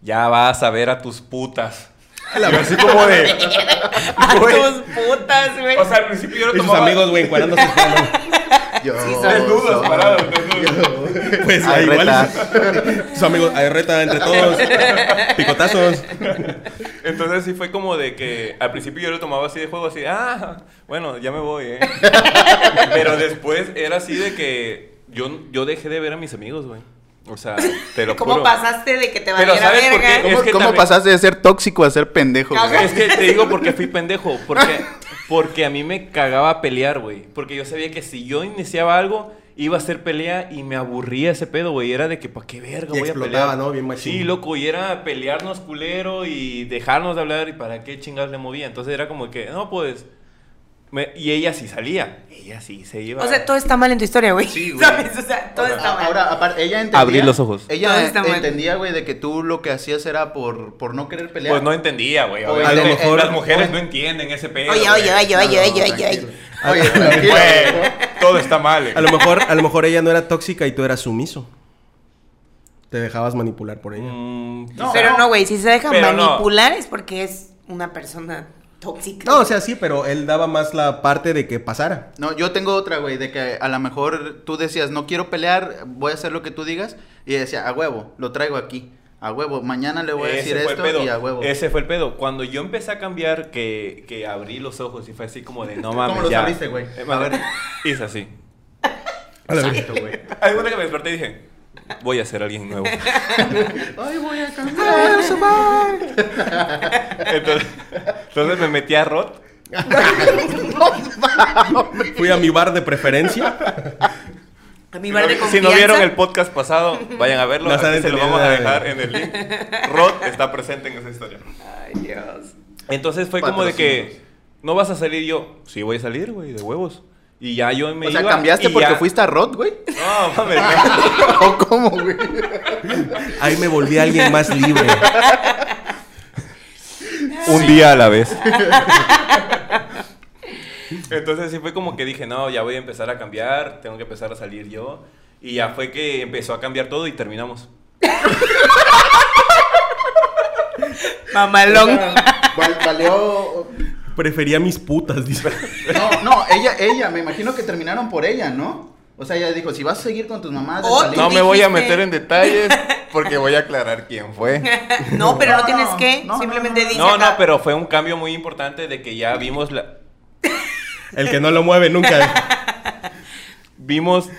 Speaker 6: ya vas a ver a tus putas. Yo así como de.
Speaker 2: A
Speaker 6: güey.
Speaker 2: tus putas, güey.
Speaker 6: O sea, al principio yo lo
Speaker 1: Y sus
Speaker 6: tomaba-
Speaker 1: amigos, güey, encuadrándose.
Speaker 4: Yo.
Speaker 6: Desnudos,
Speaker 4: soy-
Speaker 6: parados,
Speaker 4: Yo-
Speaker 1: Pues ahí
Speaker 4: Ay,
Speaker 1: igual.
Speaker 4: reta.
Speaker 1: Sus amigos, hay reta entre todos. Picotazos.
Speaker 6: Entonces sí fue como de que al principio yo lo tomaba así de juego, así, ah, bueno, ya me voy, ¿eh? Pero después era así de que yo, yo dejé de ver a mis amigos, güey. O sea, te lo
Speaker 2: ¿Cómo
Speaker 6: juro.
Speaker 2: pasaste de que te
Speaker 6: Pero
Speaker 2: valiera
Speaker 6: ¿sabes por
Speaker 2: verga?
Speaker 6: qué?
Speaker 4: ¿Cómo,
Speaker 6: Es que
Speaker 4: cómo
Speaker 6: también-
Speaker 4: pasaste de ser tóxico a ser pendejo? güey?
Speaker 2: Caga.
Speaker 6: Es que te digo porque fui pendejo, porque, porque a mí me cagaba pelear, güey. Porque yo sabía que si yo iniciaba algo, iba a ser pelea y me aburría ese pedo, güey. Era de que, ¿pa' qué verga
Speaker 1: Y
Speaker 6: voy a
Speaker 1: explotaba,
Speaker 6: pelear?
Speaker 1: ¿no? Bien machín.
Speaker 6: Sí, loco, y era pelearnos culero y dejarnos de hablar y para qué chingados le movía. Entonces era como que, no, pues... me- y ella sí salía, ella sí se iba.
Speaker 2: O sea, todo está mal en tu historia, güey.
Speaker 4: Sí, güey.
Speaker 2: ¿Sabes? O sea, todo está mal.
Speaker 4: Ah, Ahora, aparte, ella entendía.
Speaker 6: Abrí los ojos.
Speaker 2: Todo
Speaker 4: Ella
Speaker 2: está mal.
Speaker 4: entendía, güey, de que tú lo que hacías era por, por no querer pelear.
Speaker 6: Pues no entendía, güey.
Speaker 4: A
Speaker 6: obviamente.
Speaker 1: lo mejor-
Speaker 6: Las mujeres no entienden ese pedo.
Speaker 2: Oye,
Speaker 6: güey.
Speaker 2: oye, oye, oye, oye, oye, oye.
Speaker 4: Oye, tranquilo.
Speaker 6: Güey, todo está mal.
Speaker 1: A lo mejor, a lo mejor ella no era tóxica y tú eras sumiso. Te dejabas manipular por ella.
Speaker 6: Mm,
Speaker 4: No,
Speaker 2: Pero no, güey, si se deja
Speaker 6: Pero no.
Speaker 2: manipular es porque es una persona tóxica.
Speaker 1: No, o sea, sí, pero él daba más la parte de que pasara.
Speaker 4: No, yo tengo otra, güey, de que a lo mejor tú decías, no quiero pelear, voy a hacer lo que tú digas. Y ella decía, a huevo, lo traigo aquí. A huevo, mañana le voy a decir
Speaker 6: fue el
Speaker 4: esto
Speaker 6: pedo.
Speaker 4: y a huevo.
Speaker 6: Ese fue el pedo. Cuando yo empecé a cambiar, que, que abrí los ojos y fue así como de no
Speaker 4: ¿Cómo
Speaker 6: mames.
Speaker 4: los
Speaker 6: ya.
Speaker 4: abriste, güey?
Speaker 6: Eh,
Speaker 4: A
Speaker 6: madre,
Speaker 4: ver.
Speaker 6: Hice así.
Speaker 1: A la verga.
Speaker 4: Exacto, güey.
Speaker 6: Hay una que me desperté y dije, voy a ser alguien nuevo.
Speaker 4: Ay, voy a
Speaker 1: Ah,
Speaker 4: cambiar.
Speaker 6: Entonces, entonces me metí a Rot.
Speaker 1: Fui a mi bar de preferencia.
Speaker 2: A mi bar de
Speaker 6: si
Speaker 2: confianza.
Speaker 6: no vieron el podcast pasado, vayan a verlo.
Speaker 1: No
Speaker 6: aquí
Speaker 1: saben
Speaker 6: se lo
Speaker 1: ni
Speaker 6: vamos a
Speaker 1: nada,
Speaker 6: dejar
Speaker 1: güey.
Speaker 6: en el link. Rot está presente en esa historia.
Speaker 2: Ay, Dios.
Speaker 6: Entonces fue como de que no vas a salir Y yo. Sí, voy a salir, güey, de huevos. Y ya yo me
Speaker 4: O sea,
Speaker 6: iba,
Speaker 4: ¿cambiaste
Speaker 6: y
Speaker 4: porque
Speaker 6: ya-
Speaker 4: fuiste a Rod, güey?
Speaker 6: No, mames.
Speaker 4: ¿O cómo, güey?
Speaker 1: Ahí me volví alguien más libre.
Speaker 6: Un día a la vez. Entonces sí fue como que dije, no, ya voy a empezar a cambiar, tengo que empezar a salir yo. Y ya fue que empezó a cambiar todo y terminamos.
Speaker 2: Mamalón.
Speaker 4: Val- Valió...
Speaker 1: Prefería mis putas, dice.
Speaker 4: No, no, ella, ella, me imagino que terminaron por ella, ¿no? O sea, ella dijo, si vas a seguir con tus mamás... de
Speaker 2: Oh,
Speaker 4: salir-
Speaker 6: No me voy a
Speaker 2: dijiste.
Speaker 6: meter en detalles porque voy a aclarar quién fue.
Speaker 2: No, pero no,
Speaker 4: No, no,
Speaker 2: tienes que.
Speaker 4: no, no,
Speaker 2: Simplemente
Speaker 4: no, no.
Speaker 2: dice.
Speaker 6: No, no,
Speaker 2: acá.
Speaker 6: pero fue un cambio muy importante de que ya vimos la
Speaker 1: El que no lo mueve nunca.
Speaker 6: vimos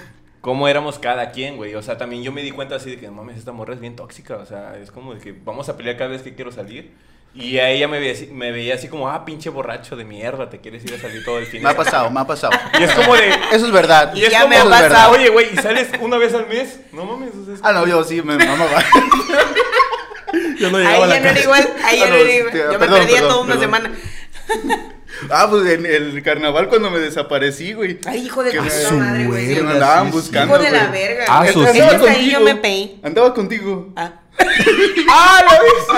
Speaker 6: cómo éramos cada quien, güey. O sea, también yo me di cuenta así de que, mames, esta morra es bien tóxica. O sea, es como de que vamos a pelear cada vez que quiero salir. Y a ella me veía, así- me veía así como, ah, pinche borracho de mierda, te quieres ir a salir todo el fin.
Speaker 4: Me ha pasado, me ha pasado.
Speaker 6: Y es como de...
Speaker 4: Eso es verdad.
Speaker 6: Y es
Speaker 2: Ya
Speaker 6: como, "Ah,
Speaker 2: me ha
Speaker 4: eso es verdad.
Speaker 2: pasado.
Speaker 6: oye, güey, ¿y sales una vez al mes? No mames, o sea, es-
Speaker 4: Ah, no, yo sí, me mamaba.
Speaker 1: Yo no llegaba
Speaker 2: Ahí
Speaker 1: a la
Speaker 2: ya no era
Speaker 1: casa.
Speaker 2: igual. Ahí ya
Speaker 4: Ah,
Speaker 2: no
Speaker 4: no,
Speaker 2: era igual.
Speaker 4: hostia,
Speaker 2: Yo me
Speaker 4: perdón,
Speaker 2: perdía
Speaker 4: perdón,
Speaker 2: toda una
Speaker 4: perdón.
Speaker 2: semana.
Speaker 4: Ah, pues en el carnaval cuando me desaparecí, güey.
Speaker 2: Ay, hijo de
Speaker 4: Que
Speaker 2: tu
Speaker 4: me-
Speaker 2: puta madre, güey.
Speaker 4: Que
Speaker 1: Verga,
Speaker 4: me andaban
Speaker 1: sí, sí.
Speaker 4: buscando.
Speaker 2: Hijo de la
Speaker 4: güey.
Speaker 2: verga.
Speaker 6: Ah,
Speaker 2: güey.
Speaker 6: su-
Speaker 4: Andaba
Speaker 6: sí.
Speaker 2: Entonces
Speaker 4: contigo.
Speaker 2: ahí yo me peí.
Speaker 4: Andaba contigo.
Speaker 2: Ah.
Speaker 1: Ah,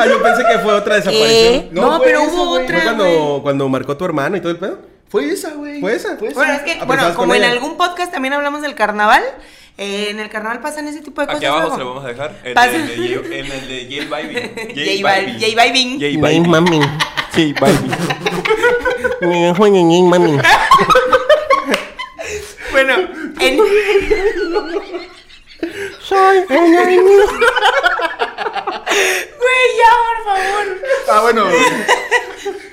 Speaker 1: yo pensé que fue otra desaparición.
Speaker 2: ¿Qué? No,
Speaker 4: No, güey,
Speaker 2: pero
Speaker 4: eso,
Speaker 2: hubo
Speaker 4: güey.
Speaker 2: otra.
Speaker 1: ¿Fue
Speaker 2: güey.
Speaker 1: cuando, cuando marcó tu hermano y todo el pedo?
Speaker 4: Fue esa, güey.
Speaker 1: Fue esa.
Speaker 2: Bueno, es que,
Speaker 1: Ah,
Speaker 2: bueno,
Speaker 1: pensabas
Speaker 2: como
Speaker 1: con
Speaker 2: en
Speaker 1: ella.
Speaker 2: algún podcast también hablamos del carnaval, eh, en el carnaval pasan ese tipo de cosas.
Speaker 6: Aquí abajo
Speaker 2: luego.
Speaker 6: se lo vamos a dejar. En
Speaker 2: Pasa.
Speaker 6: el de J- en el de J Balvin.
Speaker 2: J Bal- J Balvin.
Speaker 6: J Balvin.
Speaker 1: mami.
Speaker 6: J Balvin.
Speaker 1: mami.
Speaker 2: Bueno, en,
Speaker 1: Soy
Speaker 2: Güey, ya, por favor.
Speaker 4: Ah, bueno.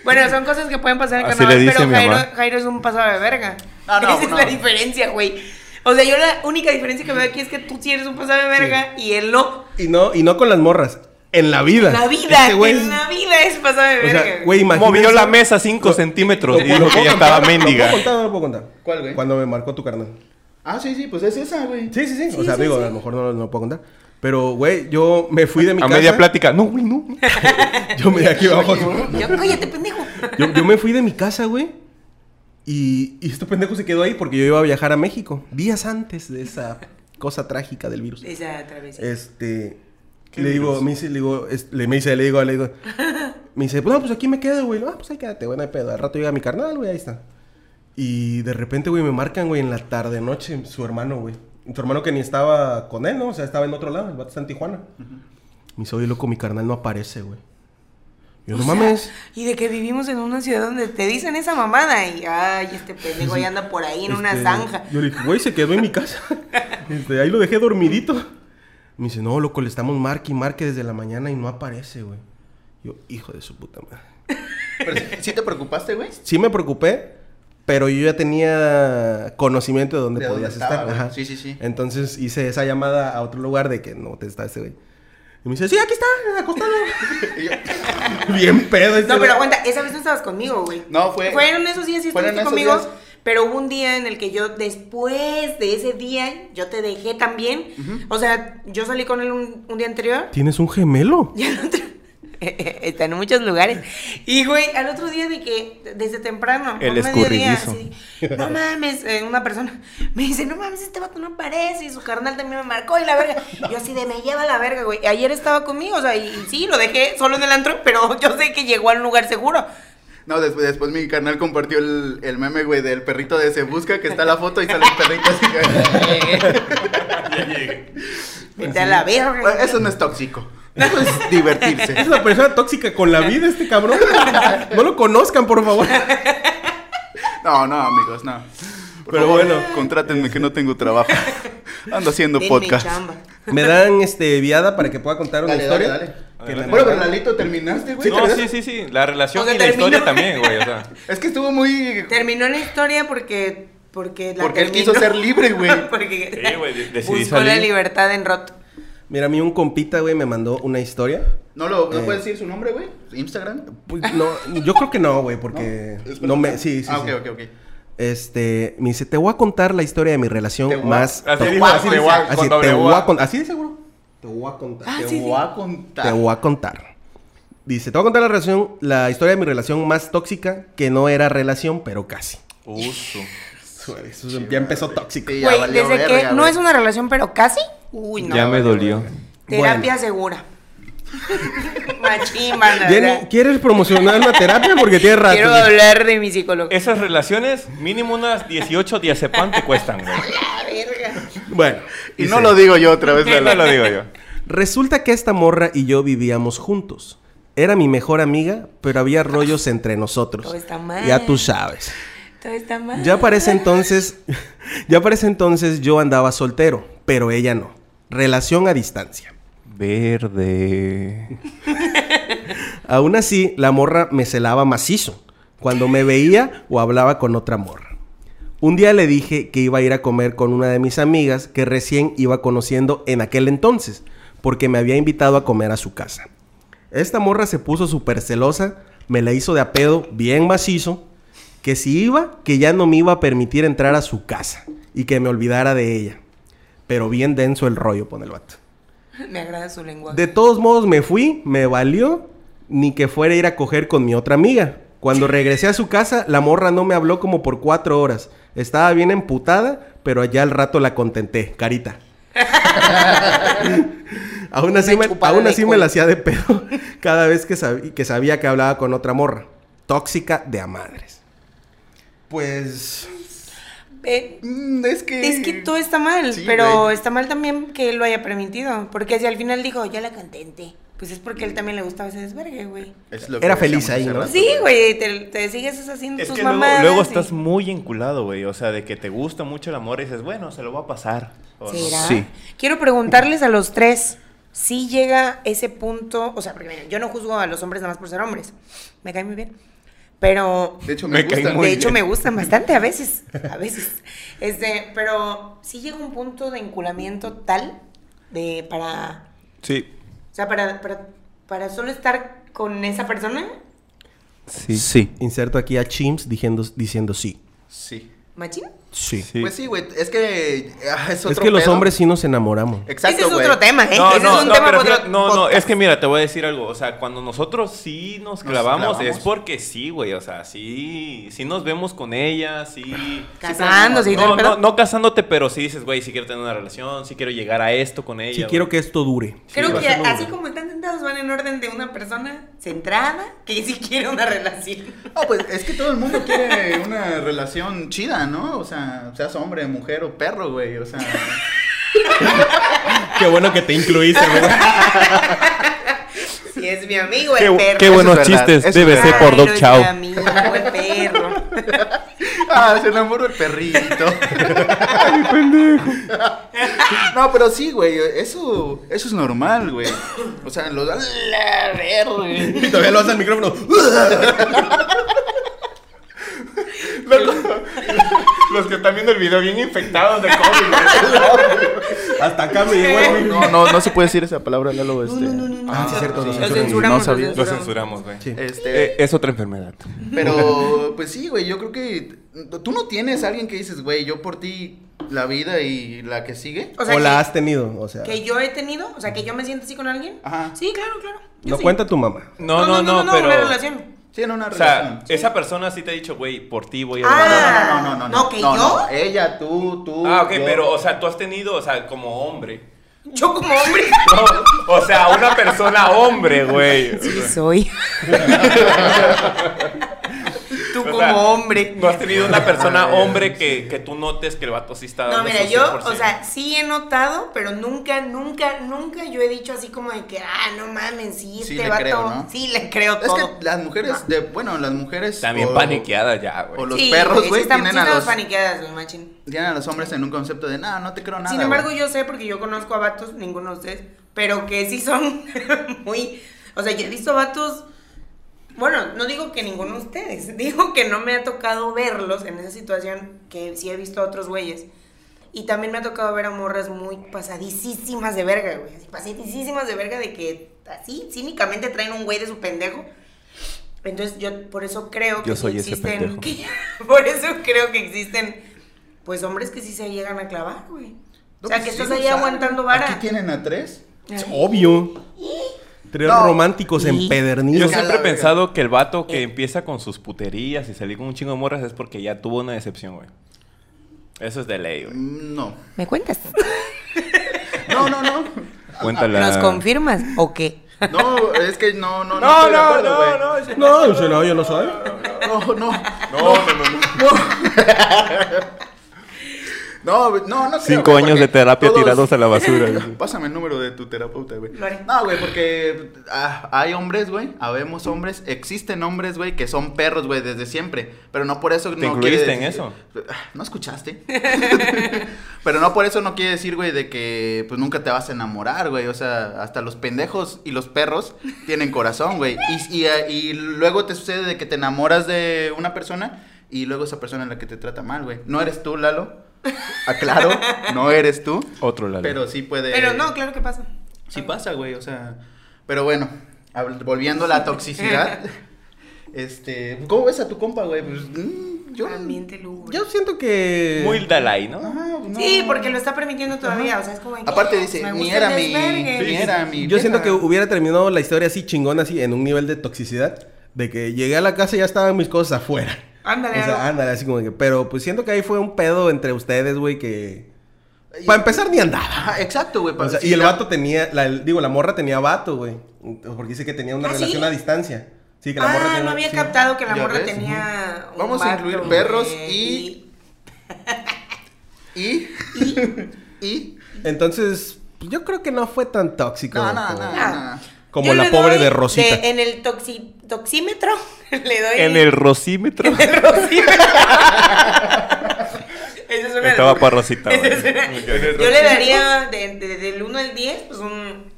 Speaker 2: Bueno, son cosas que pueden pasar en el
Speaker 6: Así
Speaker 2: carnaval,
Speaker 6: le dice
Speaker 2: pero
Speaker 6: mi mamá.
Speaker 2: Jairo, Jairo es un pasado de verga.
Speaker 4: Ah, No, no,
Speaker 2: Esa es
Speaker 4: no.
Speaker 2: la diferencia, güey. O sea, yo la única diferencia que veo aquí es que tú sí eres un pasado de verga y él no.
Speaker 1: Y no, y no con las morras. En la vida.
Speaker 2: La vida,
Speaker 1: Este güey
Speaker 2: en la vida es pasado de
Speaker 1: O
Speaker 2: verga.
Speaker 1: sea, güey, imagínense.
Speaker 6: Movió la mesa 5 centímetros y dijo que ya estaba mendiga.
Speaker 1: ¿Lo puedo contar o no lo puedo contar?
Speaker 4: ¿Cuál, güey?
Speaker 1: Cuando me marcó tu carnal.
Speaker 4: Ah, sí, sí, pues es esa, güey.
Speaker 1: Sí, sí, sí. o sea, digo, a lo mejor no, lo- no lo puedo contar. Pero, güey, yo me fui de mi
Speaker 6: A
Speaker 1: casa.
Speaker 6: media plática. No, güey, no.
Speaker 1: Yo me aquí abajo.
Speaker 2: Yo, cállate, pendejo.
Speaker 1: Yo, yo me fui de mi casa, güey. Y, y este pendejo se quedó ahí porque yo iba a viajar a México. Días antes de esa cosa trágica del virus.
Speaker 2: Esa travesía.
Speaker 1: Este. Le digo, me dice, le digo, es- le, me dice, le digo, le digo. Me dice, pues no, pues aquí me quedo, güey. Le digo, Ah, pues ahí quédate, buena pedo. Al rato llega mi carnal, güey, ahí está. Y de repente, güey, me marcan, güey, en la tarde, noche, su hermano, güey. Su hermano que ni estaba con él, ¿no? O sea, estaba en otro lado, el vato está en Tijuana. Me dice, oye, loco, mi carnal no aparece, güey. Yo, no mames.
Speaker 2: Y de que vivimos en una ciudad donde te dicen esa mamada y ay, este pendejo ya anda por ahí en una
Speaker 1: Este,
Speaker 2: zanja.
Speaker 1: Yo le dije, güey, se quedó en mi casa. Este, ahí lo dejé dormidito. Me dice, no, loco, le estamos marque y marque desde la mañana y no aparece, güey. Yo, hijo de su puta madre.
Speaker 4: Pero sí- sí te preocupaste, güey.
Speaker 1: Sí me preocupé, pero yo ya tenía conocimiento de dónde
Speaker 4: De dónde
Speaker 1: podías
Speaker 4: estaba,
Speaker 1: estar.
Speaker 4: güey.
Speaker 1: ajá.
Speaker 4: Sí, sí, sí.
Speaker 1: Entonces hice esa llamada a otro lugar de que no te está ese güey. Y me dice, sí, aquí está, acostado.
Speaker 4: Y yo-
Speaker 1: Bien pedo. este
Speaker 2: No,
Speaker 1: güey.
Speaker 2: pero aguanta, esa vez no estabas conmigo, güey.
Speaker 4: No, fue-
Speaker 2: Fueron esos días y
Speaker 4: fueron
Speaker 2: estuviste
Speaker 4: esos
Speaker 2: conmigo.
Speaker 4: días.
Speaker 2: Pero hubo un día en el que yo, después de ese día, yo te dejé también. O sea, yo salí con él un, un día anterior.
Speaker 1: ¿Tienes un gemelo?
Speaker 2: Y al otro. Está en muchos lugares. Y, güey, al otro día de que, desde temprano,
Speaker 6: El
Speaker 2: a mediodía,
Speaker 6: escurridizo.
Speaker 2: así, no mames, eh, una persona me dice, no mames, este vato no aparece. Y su carnal también me marcó y la verga. Yo así de, me lleva la verga, güey. Ayer estaba conmigo, o sea, y, y sí, lo dejé solo en el antro, pero yo sé que llegó a un lugar seguro.
Speaker 4: No, después, después mi canal compartió el, el meme, güey, del perrito de Se Busca, que está la foto y sale el perrito así.
Speaker 2: Vete a la
Speaker 4: Bueno,
Speaker 2: verga.
Speaker 4: eso no es tóxico. Eso es divertirse.
Speaker 1: Es una persona tóxica con la vida este cabrón. No lo conozcan, por favor.
Speaker 4: No, no, amigos, no.
Speaker 1: Pero
Speaker 4: Pero
Speaker 1: bueno.
Speaker 4: bueno, contrátenme que no tengo trabajo. Ando haciendo
Speaker 2: Denme
Speaker 4: podcast.
Speaker 2: chamba.
Speaker 1: Me dan este viada para que pueda contar una historia. Que la-
Speaker 4: Bueno, pero Lalito, terminaste, güey.
Speaker 6: No, Pues, sí, sí, sí. La relación
Speaker 2: O sea,
Speaker 6: y la
Speaker 2: terminó.
Speaker 6: historia también, güey. O sea.
Speaker 4: Es que estuvo muy.
Speaker 2: Terminó la historia porque. Porque, la
Speaker 4: Porque él
Speaker 2: terminó.
Speaker 4: quiso ser libre, güey.
Speaker 2: porque
Speaker 6: Sí, güey, de- decidí
Speaker 2: buscó la
Speaker 6: salir.
Speaker 2: libertad en roto.
Speaker 1: Mira, a mí un compita, güey, me mandó una historia.
Speaker 4: No lo no
Speaker 1: Eh.
Speaker 4: puedes decir su nombre, güey. Instagram.
Speaker 1: Pues, no, yo creo que no, güey, porque no, me. Sí, sí.
Speaker 4: Ah,
Speaker 1: sí.
Speaker 4: ok, ok, ok.
Speaker 1: Este, me dice, te voy a contar la historia de mi relación
Speaker 4: Te voy a-
Speaker 1: más.
Speaker 6: Así
Speaker 1: tóxica".
Speaker 6: dijo, así
Speaker 1: Así, te
Speaker 6: dice, con doble
Speaker 1: voy a
Speaker 6: voz.
Speaker 1: con- así de seguro. Te voy a contar.
Speaker 2: Ah,
Speaker 1: te,
Speaker 2: sí,
Speaker 1: voy-
Speaker 2: sí.
Speaker 4: Voy a contar.
Speaker 1: te voy a contar. Dice, te voy a contar la relación, la historia de mi relación más tóxica, que no era relación, pero casi.
Speaker 6: Uso.
Speaker 1: Eso ya empezó tóxico.
Speaker 4: Sí, ya
Speaker 2: Güey,
Speaker 4: valió
Speaker 2: desde que
Speaker 4: verga,
Speaker 2: no
Speaker 4: güey.
Speaker 2: es una relación, pero casi. Uy, no.
Speaker 6: Ya me dolió.
Speaker 2: Terapia segura. Machín, banda,
Speaker 1: Jenny,
Speaker 2: ¿verdad?
Speaker 1: ¿quieres promocionar una terapia? Porque tienes rato. Eh.
Speaker 2: Quiero hablar de mi psicólogo.
Speaker 6: Esas relaciones, mínimo unas 18 diazepam te cuestan, güey.
Speaker 2: La Ah, verga.
Speaker 1: Bueno.
Speaker 4: Y
Speaker 1: dice,
Speaker 4: no lo digo yo otra vez,
Speaker 6: Eso
Speaker 4: Lalo.
Speaker 6: lo digo yo.
Speaker 1: Resulta que esta morra y yo vivíamos juntos. Era mi mejor amiga, pero había rollos entre nosotros.
Speaker 2: Todo está mal.
Speaker 1: Ya tú sabes.
Speaker 2: Todo está mal.
Speaker 1: Ya para ese entonces, ya para ese entonces yo andaba soltero, pero ella no. Relación a distancia.
Speaker 6: Verde.
Speaker 1: Aún así, la morra me celaba macizo cuando me veía o hablaba con otra morra. Un día le dije que iba a ir a comer con una de mis amigas que recién iba conociendo en aquel entonces, porque me había invitado a comer a su casa. Esta morra se puso súper celosa, me la hizo de apedo bien macizo, que si iba, que ya no me iba a permitir entrar a su casa y que me olvidara de ella. Pero bien denso el rollo, pone el vato.
Speaker 2: Me agrada su lenguaje.
Speaker 1: De todos modos me fui, me valió, ni que fuera a ir a coger con mi otra amiga. Cuando regresé a su casa, la morra no me habló como por cuatro horas. Estaba bien emputada, pero allá al rato la contenté, carita. aún así,
Speaker 2: Una
Speaker 1: me,
Speaker 2: chupada
Speaker 1: aún
Speaker 2: de
Speaker 1: así
Speaker 2: cola.
Speaker 1: me la hacía de pedo cada vez que, sab- que sabía que hablaba con otra morra. Tóxica de a madres. Pues.
Speaker 2: Eh,
Speaker 4: Mm, es que.
Speaker 2: es que todo está mal,
Speaker 4: Sí,
Speaker 2: pero
Speaker 4: güey.
Speaker 2: está mal también que él lo haya permitido. Porque si al final dijo, ya la contenté, pues es porque a él también le gustaba ese desvergue, güey.
Speaker 4: Es lo
Speaker 1: Era
Speaker 4: que
Speaker 1: feliz
Speaker 4: decíamos
Speaker 1: ahí,
Speaker 4: hace
Speaker 1: ¿no?
Speaker 4: rato,
Speaker 2: Sí, güey, te, te sigues haciendo
Speaker 6: Es
Speaker 2: tus
Speaker 6: que luego,
Speaker 2: mamadas.
Speaker 6: luego
Speaker 2: y-
Speaker 6: estás muy enculado, güey. O sea, de que te gusta mucho el amor y dices, bueno, se lo va a pasar. O no.
Speaker 2: ¿Será?
Speaker 1: Sí.
Speaker 2: Quiero preguntarles a los tres si llega ese punto, o sea, porque miren, yo no juzgo a los hombres nada más por ser hombres, me caen muy bien, pero
Speaker 4: De hecho, me,
Speaker 6: Me caí
Speaker 4: gusta.
Speaker 6: muy
Speaker 2: de hecho
Speaker 6: bien.
Speaker 2: me gustan bastante a veces, a veces, este, pero si llega un punto de enculamiento tal de para,
Speaker 6: Sí.
Speaker 2: o sea, para, para, para solo estar con esa persona,
Speaker 1: Sí. Inserto aquí a Chimps diciendo, diciendo sí.
Speaker 4: Sí.
Speaker 2: machín.
Speaker 1: Sí.
Speaker 6: Sí.
Speaker 4: Pues sí, güey. Es que. ah, Es, otro
Speaker 1: Es que los
Speaker 4: pedo.
Speaker 1: hombres sí nos enamoramos.
Speaker 4: Exacto,
Speaker 2: Ese es
Speaker 4: güey.
Speaker 2: otro tema, ¿eh?
Speaker 6: No,
Speaker 2: Ese
Speaker 6: no,
Speaker 2: es un
Speaker 6: no,
Speaker 2: tema
Speaker 6: pero
Speaker 2: para
Speaker 6: fíjate-
Speaker 2: otro
Speaker 6: no, no,
Speaker 2: podcast.
Speaker 6: es que mira, te voy a decir algo. O sea, cuando nosotros sí nos
Speaker 4: Nos
Speaker 6: clavamos,
Speaker 4: clavamos.
Speaker 6: es porque sí, güey. O sea, sí, sí nos vemos con ella, sí.
Speaker 2: Casándose y todo
Speaker 6: No,
Speaker 2: el pedo.
Speaker 6: no, no casándote, pero sí dices, güey, si quiero tener una relación, si quiero llegar a esto con ella.
Speaker 1: Sí,
Speaker 6: güey.
Speaker 1: quiero que esto dure.
Speaker 2: Creo
Speaker 6: va a
Speaker 2: que
Speaker 6: ser muy
Speaker 2: así
Speaker 6: bueno.
Speaker 2: como están sentados van en orden de una persona centrada que sí quiere una relación.
Speaker 4: Ah, pues es que todo el mundo quiere una relación chida, ¿no? O sea, seas hombre, mujer o perro, güey. O sea,
Speaker 1: Qué bueno que te incluiste, ¿verdad?
Speaker 2: Si es mi amigo el perro.
Speaker 6: Qué buenos
Speaker 4: Eso es verdad,
Speaker 6: chistes,
Speaker 4: eso es
Speaker 6: BBC
Speaker 2: Ay,
Speaker 6: por
Speaker 2: no
Speaker 6: Doc
Speaker 2: es
Speaker 6: Chao.
Speaker 2: mi amigo el perro.
Speaker 4: ah, se enamoró el perrito. no, pero sí, güey. Eso, eso es normal, güey. O sea, lo dan la ver, güey.
Speaker 1: Y todavía lo hace el micrófono.
Speaker 6: Los que están viendo el video bien infectados de COVID. güey.
Speaker 1: Hasta acá me llegó el micrófono.
Speaker 4: No, no, no se puede decir esa palabra, Lalo.
Speaker 6: Pues
Speaker 4: Este.
Speaker 2: No, no, no, no.
Speaker 1: Ah, sí, cierto, lo
Speaker 2: Lo
Speaker 1: censuramos.
Speaker 2: censuramos.
Speaker 4: No sabía.
Speaker 6: Lo censuramos, güey.
Speaker 1: Sí.
Speaker 4: Este,
Speaker 6: Eh, es otra enfermedad.
Speaker 4: Pero, pues sí, güey, yo creo que tú no tienes a alguien que dices, güey, yo por ti la vida y la que sigue.
Speaker 2: O sea,
Speaker 1: o la
Speaker 2: que,
Speaker 1: has tenido, o sea.
Speaker 2: que yo he tenido, o sea, que yo me siento así con alguien.
Speaker 4: Ajá.
Speaker 2: Sí, claro, claro. Yo
Speaker 1: No
Speaker 2: sí.
Speaker 1: cuenta tu mamá.
Speaker 6: No, no, no, pero.
Speaker 2: una relación.
Speaker 4: Sí, en una
Speaker 6: O sea,
Speaker 4: relación.
Speaker 6: esa persona sí te ha dicho, güey, por ti voy a.
Speaker 2: Ah,
Speaker 6: dar".
Speaker 4: no, no, no, no, no.
Speaker 2: ¿no que yo?
Speaker 4: Ella, tú, tú.
Speaker 6: Ah, ok,
Speaker 4: yo.
Speaker 6: pero, o sea, tú has tenido, o sea, como hombre.
Speaker 2: Yo como hombre.
Speaker 6: No, o sea, una persona hombre, güey.
Speaker 2: soy. Tú
Speaker 6: O
Speaker 2: como
Speaker 6: sea,
Speaker 2: hombre.
Speaker 6: No has tenido una persona hombre que, que tú notes que el vato sí está
Speaker 2: No,
Speaker 6: dando
Speaker 2: mira,
Speaker 6: su
Speaker 2: yo,
Speaker 6: 100%.
Speaker 2: o sea, sí he notado, pero nunca, nunca, nunca yo he dicho así como de que, ah, no mames, sí,
Speaker 4: Sí
Speaker 2: este
Speaker 4: le
Speaker 2: vato.
Speaker 4: creo, ¿no?
Speaker 2: Sí, le creo
Speaker 4: Es
Speaker 2: todo.
Speaker 4: que las mujeres, de, bueno, las mujeres.
Speaker 6: También
Speaker 4: o-
Speaker 6: paniqueada ya,
Speaker 4: o
Speaker 6: güey.
Speaker 4: los perros,
Speaker 2: sí,
Speaker 4: güey,
Speaker 2: están-
Speaker 4: tienen
Speaker 2: sí
Speaker 4: a
Speaker 2: estamos
Speaker 4: los-
Speaker 2: paniqueadas, güey, machín.
Speaker 4: Tienen a los hombres en un concepto de, no, no te creo nada.
Speaker 2: Sin embargo,
Speaker 4: güey".
Speaker 2: yo sé, porque yo conozco a vatos, ninguno de ustedes, pero que sí son muy. O sea, yo he visto vatos. Bueno, no digo que ninguno de ustedes, digo que no me ha tocado verlos en esa situación, que sí he visto a otros güeyes. Y también me ha tocado ver a morras muy pasadísimas de verga, güey. así, Pasadísimas de verga de que así cínicamente traen un güey de su pendejo. Entonces yo por eso creo que
Speaker 6: Yo
Speaker 2: sí
Speaker 6: soy ese
Speaker 2: existen...
Speaker 6: pendejo.
Speaker 2: que- por eso creo que existen, pues, hombres que sí se llegan a clavar, güey. o
Speaker 4: No,
Speaker 2: sea,
Speaker 4: pues
Speaker 2: que
Speaker 4: sí,
Speaker 2: estás
Speaker 4: lo
Speaker 2: ahí
Speaker 4: saben.
Speaker 2: aguantando vara.
Speaker 4: Aquí Oh. tienen a tres.
Speaker 2: Eh.
Speaker 1: Es obvio. Tres
Speaker 4: No.
Speaker 1: románticos
Speaker 2: Sí.
Speaker 6: Yo
Speaker 1: empedernidos.
Speaker 4: sé-
Speaker 6: siempre he
Speaker 4: verga.
Speaker 6: pensado que el vato
Speaker 2: Eh.
Speaker 6: que empieza con sus puterías y salir con un chingo de morras es porque ya tuvo una decepción, güey. Eso es de ley, güey.
Speaker 4: Mm, No.
Speaker 2: ¿Me cuentas?
Speaker 4: No, no, no.
Speaker 6: Cuéntala.
Speaker 2: confirmas o qué?
Speaker 4: No, es que no, no, no.
Speaker 6: No,
Speaker 4: estoy de
Speaker 6: no,
Speaker 4: acuerdo,
Speaker 6: no,
Speaker 4: güey.
Speaker 6: no.
Speaker 1: No, yo no, yo no soy.
Speaker 4: No, no. No, no, no. No, güey, no, no. creo,
Speaker 6: Cinco
Speaker 4: güey,
Speaker 6: años
Speaker 4: porque
Speaker 6: de terapia
Speaker 4: todos-
Speaker 6: tirados a la basura.
Speaker 4: Pásame el número de tu terapeuta, güey.
Speaker 2: Lo haré.
Speaker 4: No, güey, porque ah, hay hombres, güey. Habemos hombres. Existen hombres, güey, que son perros, güey, desde siempre. Pero no por eso no
Speaker 6: incluiste
Speaker 4: quiere
Speaker 6: en
Speaker 4: decir-
Speaker 6: eso?
Speaker 4: Ah, No escuchaste. pero no por eso no quiere decir, güey, de que pues nunca te vas a enamorar, güey. O sea, hasta los pendejos y los perros tienen corazón, güey. Y, y, ah, y luego te sucede de que te enamoras de una persona y luego esa persona es la que te trata mal, güey. No eres tú, Lalo. Aclaro, no eres tú.
Speaker 6: Otro lado.
Speaker 4: Pero sí puede.
Speaker 2: Pero no, claro que pasa.
Speaker 4: Sí pasa, güey, o sea. Pero bueno, habl- volviendo a la toxicidad. este. ¿Cómo ves a tu compa, güey? Pues, mm, yo.
Speaker 2: Ambiente lúgubre.
Speaker 1: Yo siento que.
Speaker 6: Muy Dalai, ¿no?
Speaker 4: Ajá, no.
Speaker 2: Sí, porque lo está permitiendo todavía, o sea, es como... de que, "Ah,
Speaker 4: Aparte dice,
Speaker 2: me
Speaker 4: ni
Speaker 2: gusta el
Speaker 4: era mi.
Speaker 2: desvergue.
Speaker 4: Ni era mi.
Speaker 1: Yo siento que
Speaker 4: vieja.
Speaker 1: hubiera terminado la historia así chingona, así, en un nivel de toxicidad. De que llegué a la casa y ya estaban mis cosas afuera. O
Speaker 2: Ándale,
Speaker 1: sea,
Speaker 4: "Ah,
Speaker 2: ándale.
Speaker 1: ándale, así como que. Pero pues siento que ahí fue un pedo entre ustedes, güey, que.
Speaker 4: Y-
Speaker 1: Para empezar, ni andaba.
Speaker 4: Ajá, exacto, güey.
Speaker 1: O sea,
Speaker 4: sí,
Speaker 1: y el
Speaker 4: ya-
Speaker 1: vato tenía, la- el- digo, la morra tenía vato, güey. Porque dice que tenía una
Speaker 2: ¿Ah,
Speaker 1: relación
Speaker 2: sí?
Speaker 1: a distancia. Sí, que la morra
Speaker 2: Ah,
Speaker 1: tiene-
Speaker 2: no había
Speaker 1: sí.
Speaker 2: captado que la
Speaker 4: Ya
Speaker 2: morra
Speaker 4: ves,
Speaker 2: tenía. un
Speaker 4: Vamos a
Speaker 2: vato,
Speaker 4: incluir perros
Speaker 2: güey,
Speaker 4: y- Y. Y.
Speaker 1: Entonces, pues, yo creo que no fue tan tóxico.
Speaker 4: No, no,
Speaker 1: como-
Speaker 4: no,
Speaker 2: Ah.
Speaker 4: no.
Speaker 1: Como
Speaker 2: Yo
Speaker 1: la
Speaker 2: le
Speaker 1: pobre
Speaker 2: doy
Speaker 1: de Rosita.
Speaker 2: en el toxi- toxímetro le doy.
Speaker 6: En el rosímetro.
Speaker 2: en el rosímetro. Esa es una de-
Speaker 6: Estaba para Rosita.
Speaker 2: Esa es
Speaker 6: güey.
Speaker 2: una- Yo le daría de- de- del 1 al 10, pues un.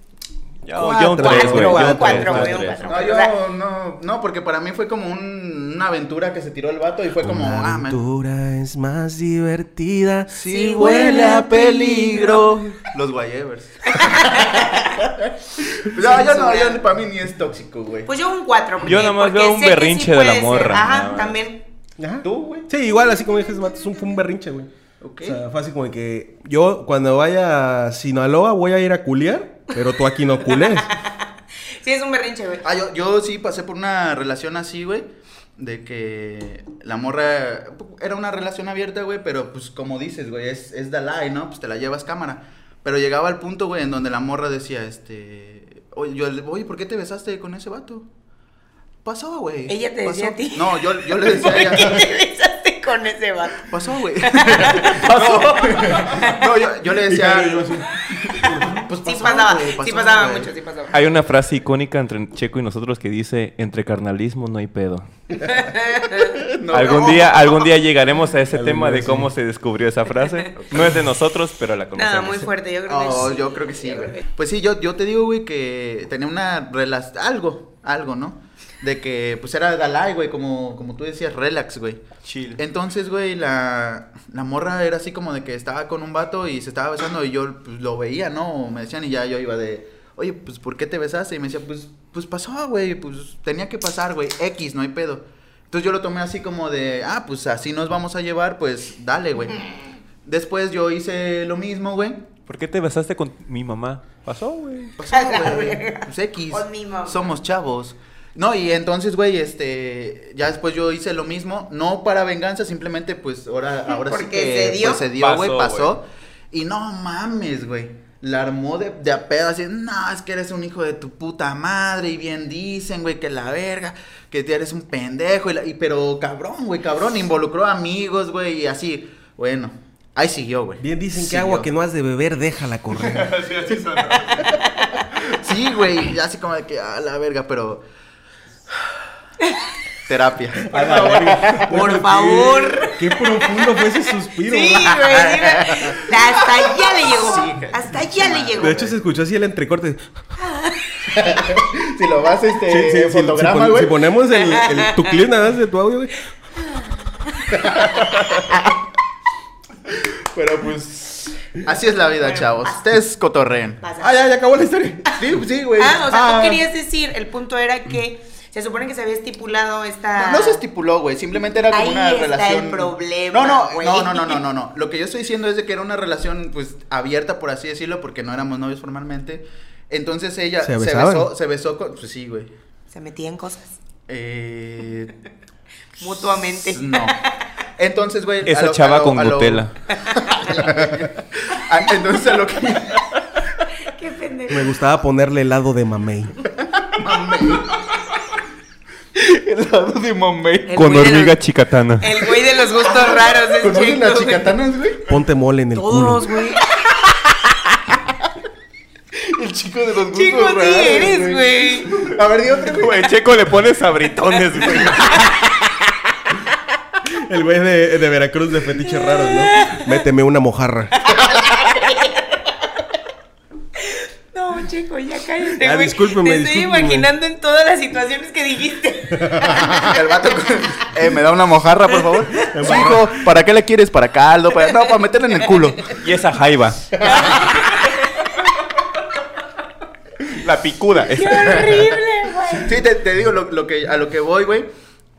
Speaker 6: Yo, yo un
Speaker 1: Cuatro,
Speaker 6: tres, güey. Yo un
Speaker 1: cuatro,
Speaker 6: tres,
Speaker 1: cuatro,
Speaker 6: yo un
Speaker 1: güey, un
Speaker 6: tres.
Speaker 2: cuatro.
Speaker 4: No, yo no, no, porque para mí fue como un- una aventura que se tiró el vato y fue como,
Speaker 1: La
Speaker 4: ah, man.
Speaker 1: aventura es más divertida.
Speaker 2: Sí, huele a peligro.
Speaker 4: Los guayevers. no, yo no, yo, para mí ni es tóxico, güey.
Speaker 2: Pues yo un 4.
Speaker 6: Yo nada más veo un berrinche de la morra,
Speaker 2: Ajá,
Speaker 6: nada más.
Speaker 2: también.
Speaker 1: Ajá.
Speaker 4: Tú, güey.
Speaker 1: Sí, igual, así como dices, Matos, un, fue un berrinche, güey.
Speaker 4: Ok.
Speaker 1: O sea, fue así como que yo cuando vaya a Sinaloa voy a ir a culiar, pero tú aquí no culees.
Speaker 2: Sí, es un berrinche, güey.
Speaker 4: Ah, yo, yo sí pasé por una relación así, güey. De que la morra era una relación abierta, güey, pero pues como dices, güey, es, es Dalai, ¿no? Pues te la llevas cámara. Pero llegaba al punto, güey, en donde la morra decía, este, oye, yo, le- oye, ¿por qué te besaste con ese vato? Pasó, güey.
Speaker 2: Ella te
Speaker 4: pasó".
Speaker 2: decía a ti.
Speaker 4: No, yo, yo le decía a
Speaker 2: ¿Por qué
Speaker 4: ella.
Speaker 2: te besaste con ese vato?
Speaker 4: Pasó, güey. Pasó. No, yo, yo le decía. Pues
Speaker 2: Sí
Speaker 4: pasó,
Speaker 2: pasaba,
Speaker 4: güey,
Speaker 2: sí
Speaker 4: pasó,
Speaker 2: pasaba
Speaker 4: güey.
Speaker 2: mucho, sí pasaba.
Speaker 6: Hay una frase icónica entre Checo y nosotros que dice, entre carnalismo no hay pedo.
Speaker 4: No,
Speaker 6: algún
Speaker 4: no.
Speaker 6: día, algún día llegaremos a ese
Speaker 1: Algún
Speaker 6: tema
Speaker 1: día,
Speaker 6: de
Speaker 1: sí.
Speaker 6: cómo se descubrió esa frase. No es de nosotros, pero la conocemos.
Speaker 2: Nada, muy fuerte, yo creo que
Speaker 4: Oh,
Speaker 2: sí.
Speaker 4: yo creo que sí,
Speaker 2: yo creo
Speaker 4: güey.
Speaker 2: que-
Speaker 4: Pues sí, yo, yo te digo, güey, que tenía una relación, algo, algo, ¿no? De que, pues era Dalai, güey, como, como tú decías, relax, güey.
Speaker 6: Chill.
Speaker 4: Entonces, güey, la, la morra era así como de que estaba con un vato y se estaba besando y yo pues, lo veía, ¿no? O Me decían y ya yo iba de, oye, pues, ¿por qué te besaste? Y me decía, pues, pues pasó, güey, pues tenía que pasar, güey, X, no hay pedo. Entonces yo lo tomé así como de, ah, pues así nos vamos a llevar, pues dale, güey. Después yo hice lo mismo, güey.
Speaker 6: ¿Por qué te besaste con mi mamá? Pasó, güey.
Speaker 4: Pasó, ah, güey. Pues X.
Speaker 2: Con mi mamá.
Speaker 4: Somos chavos. No, y entonces, güey, este, ya después yo hice lo mismo, no para venganza, simplemente pues ahora, ahora sí
Speaker 2: Porque
Speaker 4: que
Speaker 2: se dio.
Speaker 4: pues, se dio, güey,
Speaker 6: Pasó,
Speaker 4: pasó. Y no mames, güey. La armó de, de a pedo así, no, es que eres un hijo de tu puta madre, y bien dicen, güey, que la verga, que tú eres un pendejo, y, la- y- pero cabrón, güey, cabrón, involucró amigos, güey, y así, bueno, ahí siguió, güey.
Speaker 1: Bien dicen que
Speaker 4: Siguió.
Speaker 1: agua que no has de beber, déjala correr.
Speaker 4: Sí, güey, ya así como de que, a la verga, pero. Terapia.
Speaker 2: Por favor.
Speaker 1: Qué profundo fue ese suspiro.
Speaker 2: Sí, güey.
Speaker 1: güey.
Speaker 2: sí, güey. Hasta allá le llegó.
Speaker 4: Sí, hija de
Speaker 2: Hasta
Speaker 4: su
Speaker 2: allá le
Speaker 4: madre.
Speaker 2: llegó.
Speaker 1: De hecho, se escuchó así el entrecorte.
Speaker 4: Si lo vas, este,
Speaker 1: Sí, sí, sí, si,
Speaker 4: fotograma,
Speaker 1: pon-
Speaker 4: güey.
Speaker 1: si ponemos el, el- tu clip nada más de tu audio, güey.
Speaker 4: Pero pues. Así es la vida, chavos. Ustedes cotorreen.
Speaker 2: Pasa.
Speaker 1: Ah, ya, ya acabó la historia.
Speaker 4: Sí, sí, güey.
Speaker 2: Ah, o sea,
Speaker 4: Ah.
Speaker 2: tú querías decir, el punto era que se supone que se había estipulado esta.
Speaker 4: No se estipuló, güey. Simplemente era como
Speaker 2: Ahí
Speaker 4: una
Speaker 2: está el
Speaker 4: relación.
Speaker 2: problema,
Speaker 4: No, no,
Speaker 2: güey.
Speaker 4: no, no, no, no, no, no. Lo que yo estoy diciendo es de que era una relación, pues, abierta, por así decirlo, porque no éramos novios formalmente. Entonces ella
Speaker 1: Se
Speaker 4: se,
Speaker 1: besaban.
Speaker 4: besó, se besó con. Pues sí, güey.
Speaker 2: Se metía en cosas
Speaker 4: Eh.
Speaker 2: mutuamente.
Speaker 4: No. Entonces, güey. a
Speaker 6: Esa
Speaker 4: lo- a
Speaker 6: chava
Speaker 4: lo-
Speaker 6: con
Speaker 4: a lo-
Speaker 6: Nutella.
Speaker 4: Ah, Entonces a lo que
Speaker 2: Qué pendejo.
Speaker 1: Me gustaba ponerle helado de mamey.
Speaker 4: El lado de Momé.
Speaker 2: El
Speaker 6: Con
Speaker 2: güey de
Speaker 6: hormiga
Speaker 2: los-
Speaker 6: chicatana.
Speaker 2: El güey de los gustos raros es
Speaker 4: ¿Conocen
Speaker 2: chico,
Speaker 4: las
Speaker 2: güey.
Speaker 4: chicatanas, güey?
Speaker 1: Ponte mole en el culo.
Speaker 2: Todos, güey.
Speaker 4: El chico de los gustos
Speaker 2: Chico, sí
Speaker 4: raros,
Speaker 2: eres, güey.
Speaker 4: A ver, di otro, güey.
Speaker 6: Güey, Checo le pone sabritones, güey.
Speaker 1: El güey de, de Veracruz de fetiches raros, ¿no? Méteme una mojarra.
Speaker 2: No, chico, ya cállate,
Speaker 1: Ah,
Speaker 2: güey.
Speaker 1: discúlpeme,
Speaker 2: Te estoy
Speaker 1: discúlpeme.
Speaker 2: imaginando en todas las situaciones que dijiste.
Speaker 4: El vato. con- Eh, me da una mojarra, por favor. Sí, hijo, ¿para qué la quieres? ¿Para caldo? Para... No, para meterla en el culo.
Speaker 6: Y esa jaiba. La picuda.
Speaker 2: ¡Qué horrible, güey!
Speaker 4: Sí, te, te digo lo, lo que, a lo que voy, güey.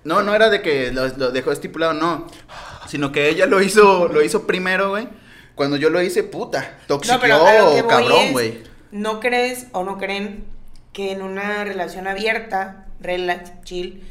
Speaker 4: No, no era de que lo, lo dejó estipulado, no. Sino que ella lo hizo, lo hizo primero, güey. Cuando yo lo hice, puta. Toxiqueó,
Speaker 2: a lo que voy
Speaker 4: cabrón,
Speaker 2: es,
Speaker 4: güey.
Speaker 2: ¿No crees o no creen que en una relación abierta, relax, chill,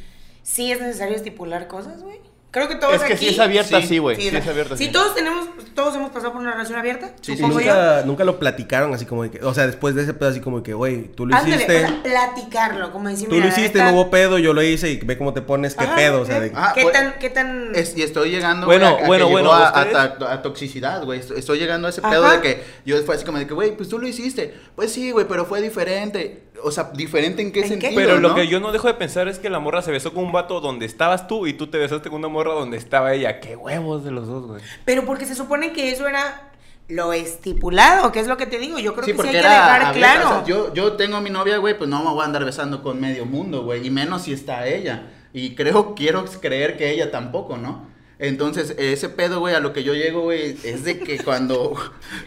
Speaker 2: sí es necesario estipular cosas, güey? Creo que todos
Speaker 4: Es que
Speaker 2: aquí-
Speaker 4: sí es abierta, sí, güey. Sí
Speaker 2: o sea,
Speaker 4: es abierta,
Speaker 2: Si
Speaker 4: sí.
Speaker 2: todos tenemos, todos hemos pasado por una relación abierta,
Speaker 4: Sí, sí,
Speaker 2: supongo yo.
Speaker 1: Nunca, nunca lo platicaron así como de que, o sea, después de ese pedo así como de que, güey, tú lo
Speaker 2: Ándale,
Speaker 1: hiciste,
Speaker 2: o sea, platicarlo, como decir,
Speaker 1: tú
Speaker 2: mira,
Speaker 1: lo
Speaker 2: la
Speaker 1: hiciste,
Speaker 2: neta-
Speaker 1: no hubo pedo, yo lo hice y ve cómo te pones, qué
Speaker 2: Ajá,
Speaker 1: pedo, o sea, de-
Speaker 2: ¿eh?
Speaker 4: Ah,
Speaker 2: ¿Qué
Speaker 4: pues-
Speaker 2: tan, qué tan...
Speaker 4: Es- y estoy llegando
Speaker 6: Bueno,
Speaker 4: güey, a- a, que
Speaker 6: bueno,
Speaker 4: llegó
Speaker 6: bueno,
Speaker 4: a, a
Speaker 6: ustedes-
Speaker 4: ta- a toxicidad, güey. Estoy, estoy llegando a ese pedo
Speaker 2: Ajá.
Speaker 4: de que yo fue así como de que, güey, pues tú lo hiciste. Pues sí, güey, pero fue diferente. O sea, diferente en qué
Speaker 2: ¿En qué?
Speaker 4: sentido.
Speaker 6: Pero lo
Speaker 4: ¿no?
Speaker 6: que yo no dejo de pensar es que la morra se besó con un vato donde estabas tú y tú te besaste con una morra donde estaba ella. Qué huevos de los dos, güey.
Speaker 2: Pero porque se supone que eso era lo estipulado, que es lo que te digo. Yo creo
Speaker 4: Sí,
Speaker 2: que sí hay
Speaker 4: porque
Speaker 2: que
Speaker 4: era
Speaker 2: dejar
Speaker 4: abierta,
Speaker 2: claro.
Speaker 4: o sea, yo, yo tengo a mi novia, güey, pues no me voy a andar besando con medio mundo, güey. Y menos si está ella. Y creo, quiero creer que ella tampoco, ¿no? Entonces, ese pedo, güey, a lo que yo llego, güey, es de que cuando.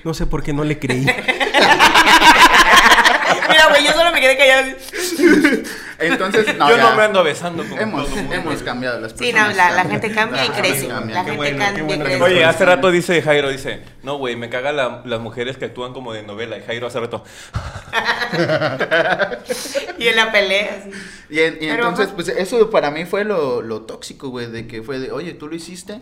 Speaker 1: no sé por qué no le creí.
Speaker 2: Mira, güey, yo solo me quedé callada. así.
Speaker 4: Entonces, no,
Speaker 6: Yo
Speaker 4: ya.
Speaker 6: no me ando besando con
Speaker 4: Hemos,
Speaker 6: todo mundo.
Speaker 4: hemos cambiado las
Speaker 2: Sí,
Speaker 4: personas.
Speaker 2: no, la, la
Speaker 4: cambian.
Speaker 2: gente cambia y
Speaker 6: Ah,
Speaker 4: Ajá,
Speaker 2: crece.
Speaker 4: cambian.
Speaker 2: La
Speaker 4: Qué
Speaker 2: gente
Speaker 4: bueno.
Speaker 2: cambia
Speaker 1: bueno
Speaker 2: y
Speaker 1: que
Speaker 2: crece.
Speaker 6: Oye, hace rato dice Jairo, dice, no, güey, me caga la- las mujeres que actúan como de novela. Y Jairo hace rato,
Speaker 2: Y en la pelea. así.
Speaker 4: Y, en- y
Speaker 2: Pero,
Speaker 4: entonces,
Speaker 2: ajá.
Speaker 4: pues eso para mí fue lo, lo tóxico, güey, de que fue de, oye, tú lo hiciste.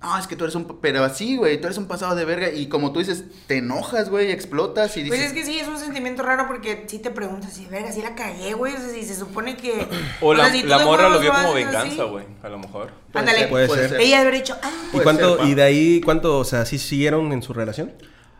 Speaker 4: No, es que tú eres un. pa- Pero así, güey, tú eres un pasado de verga. Y como tú dices, te enojas, güey, explotas y dices.
Speaker 2: Pues es que sí, es un sentimiento raro porque si te preguntas, si verga, si la cagué, güey. O sea, si se supone que.
Speaker 6: o la,
Speaker 2: sea, Pues si tú
Speaker 6: la
Speaker 2: de
Speaker 6: morra lo
Speaker 2: huevos
Speaker 6: vio como
Speaker 2: haces así.
Speaker 6: venganza, güey, a lo mejor.
Speaker 4: Puede
Speaker 2: Ándale.
Speaker 4: ser,
Speaker 1: Puede ser.
Speaker 4: ser.
Speaker 2: Ella habría dicho, ah,
Speaker 1: ¿Y
Speaker 4: Puede ser,
Speaker 1: cuánto,
Speaker 4: pa.
Speaker 1: y de ahí cuánto, o sea, sí siguieron en su relación?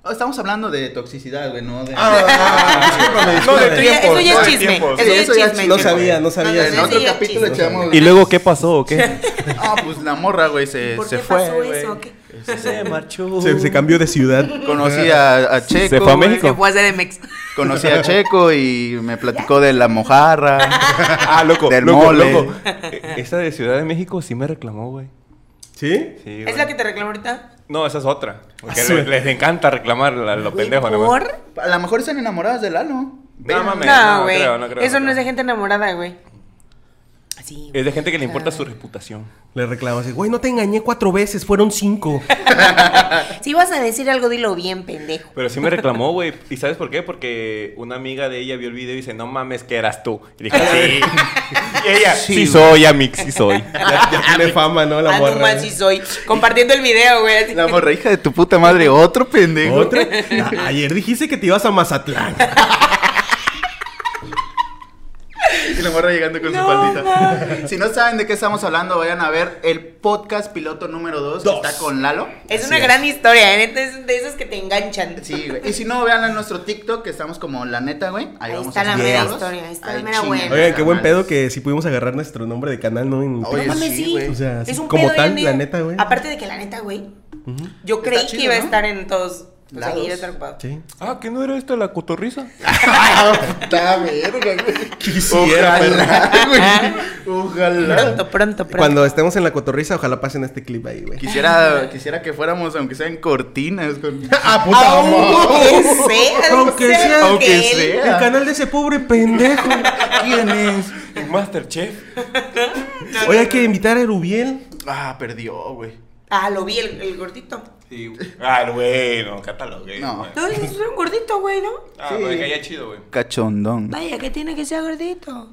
Speaker 4: Ah, Estamos hablando de toxicidad, güey, no de.
Speaker 1: No,
Speaker 6: de
Speaker 2: eso ya, eso ya es
Speaker 6: de
Speaker 2: chisme.
Speaker 6: tiempos.
Speaker 2: Eso
Speaker 4: Sí,
Speaker 2: ya es
Speaker 4: eso ya es
Speaker 2: chisme.
Speaker 4: chisme.
Speaker 1: No sabía, no
Speaker 2: No,
Speaker 1: sabía.
Speaker 2: no,
Speaker 4: en
Speaker 2: eso
Speaker 4: otro
Speaker 2: sí es
Speaker 4: capítulo
Speaker 2: chisme.
Speaker 4: echamos.
Speaker 6: luego qué pasó o qué?
Speaker 4: Ah, pues la morra, güey, se,
Speaker 2: ¿Por
Speaker 4: se
Speaker 2: qué
Speaker 4: fue.
Speaker 2: pasó
Speaker 4: güey.
Speaker 2: eso? ¿Qué?
Speaker 6: Se marchó.
Speaker 1: Se, se cambió de ciudad.
Speaker 4: Conocí a, a Checo.
Speaker 6: fue a
Speaker 4: güey.
Speaker 6: México.
Speaker 2: Se fue a CDMX.
Speaker 4: Conocí a Checo y me platicó de la mojarra.
Speaker 6: Ah, loco,
Speaker 4: Del
Speaker 6: loco,
Speaker 4: mole.
Speaker 6: loco. Eh, Esa de Ciudad de México sí me reclamó, güey.
Speaker 1: ¿Sí?
Speaker 6: Sí,
Speaker 2: ¿Es
Speaker 6: güey.
Speaker 2: la que te reclamó ahorita?
Speaker 6: No, esa es otra. Porque
Speaker 1: Ah,
Speaker 6: le-
Speaker 1: sí.
Speaker 6: les encanta reclamar a los
Speaker 2: Güey,
Speaker 6: pendejos, nada más.
Speaker 2: ¿Por?
Speaker 4: A lo mejor están enamoradas de Lalo.
Speaker 6: No mames,
Speaker 2: No, güey.
Speaker 6: creo, no creo,
Speaker 2: Eso no,
Speaker 6: creo.
Speaker 2: es de gente enamorada, güey. Sí.
Speaker 6: Es de gente que le importa su reputación.
Speaker 1: Le reclamo así, güey, no te engañé cuatro veces, fueron cinco.
Speaker 2: Si vas a decir algo, dilo bien, pendejo.
Speaker 6: Pero sí me reclamó, güey. ¿Y sabes por qué? Porque una amiga de ella vio el video y dice, no mames, que eras tú. Y dije, sí. y ella, sí,
Speaker 4: Sí,
Speaker 6: soy, Amix, sí soy.
Speaker 1: Ya, ya tiene fama, ¿no? La
Speaker 2: Ah, no
Speaker 1: morra.
Speaker 2: mal sí soy. Compartiendo el video, güey. así.
Speaker 4: ¿eh? La morra, hija de tu puta madre, otro pendejo.
Speaker 1: ¿Otra? A- Ayer dijiste que te ibas a Mazatlán.
Speaker 4: Y la morra llegando con su faldita. Si no saben de qué estamos hablando, vayan a ver el podcast piloto número 2 que
Speaker 1: Dos.
Speaker 4: está con Lalo.
Speaker 2: Es una gran historia, ¿eh? neta, es de esas que te enganchan.
Speaker 4: Sí, güey. Y si no, vean en nuestro TikTok que estamos como la neta, güey. Ahí,
Speaker 2: Ahí
Speaker 4: vamos
Speaker 2: está
Speaker 4: a
Speaker 2: la
Speaker 4: hacer
Speaker 2: mera
Speaker 4: videos.
Speaker 2: historia, ahí está la
Speaker 4: Ahí
Speaker 2: mera
Speaker 4: chingan
Speaker 2: buena.
Speaker 4: los
Speaker 1: Oigan, qué buen
Speaker 4: canales.
Speaker 1: pedo que sí pudimos agarrar nuestro nombre de canal, ¿no? En-
Speaker 4: Oye,
Speaker 2: No mames,
Speaker 4: sí,
Speaker 2: sí.
Speaker 4: güey.
Speaker 1: O sea,
Speaker 2: es un
Speaker 1: como
Speaker 2: pedo
Speaker 1: tal,
Speaker 2: bien
Speaker 1: la
Speaker 2: de-
Speaker 1: neta, güey.
Speaker 2: Aparte de que la neta, güey. Yo creí
Speaker 4: chido,
Speaker 2: que iba a
Speaker 4: ¿no?
Speaker 2: estar en todos. O sea,
Speaker 4: Lados.
Speaker 2: que iba a estar ocupado.
Speaker 1: Sí.
Speaker 6: ah, ¿que no era esta la cotorriza?
Speaker 4: Ah, puta verga, güey.
Speaker 1: Quisiera,
Speaker 4: Ojalá, güey. Ojalá.
Speaker 2: Pronto, pronto, pronto.
Speaker 1: Cuando estemos en la cotorriza, ojalá pasen este clip ahí, güey.
Speaker 4: Quisiera, quisiera que fuéramos, aunque sea en cortinas. Con... ¡Ah, uh.
Speaker 2: Aunque sea,
Speaker 1: Aunque sea,
Speaker 2: lo
Speaker 4: aunque
Speaker 2: que él-
Speaker 4: sea.
Speaker 1: El canal de ese pobre pendejo.
Speaker 4: ¿Quién es?
Speaker 6: Masterchef.
Speaker 1: Hoy hay que invitar a Erubiel.
Speaker 4: Ah, perdió, güey.
Speaker 2: Ah, lo vi, el, el gordito.
Speaker 6: Sí, Ah, güey, no, catalogué.
Speaker 4: No.
Speaker 6: güey.
Speaker 2: No, es un gordito, güey, ¿no?
Speaker 6: Ah,
Speaker 4: Sí.
Speaker 6: pero me caía chido, güey.
Speaker 4: Cachondón.
Speaker 2: Vaya, que tiene que ser gordito.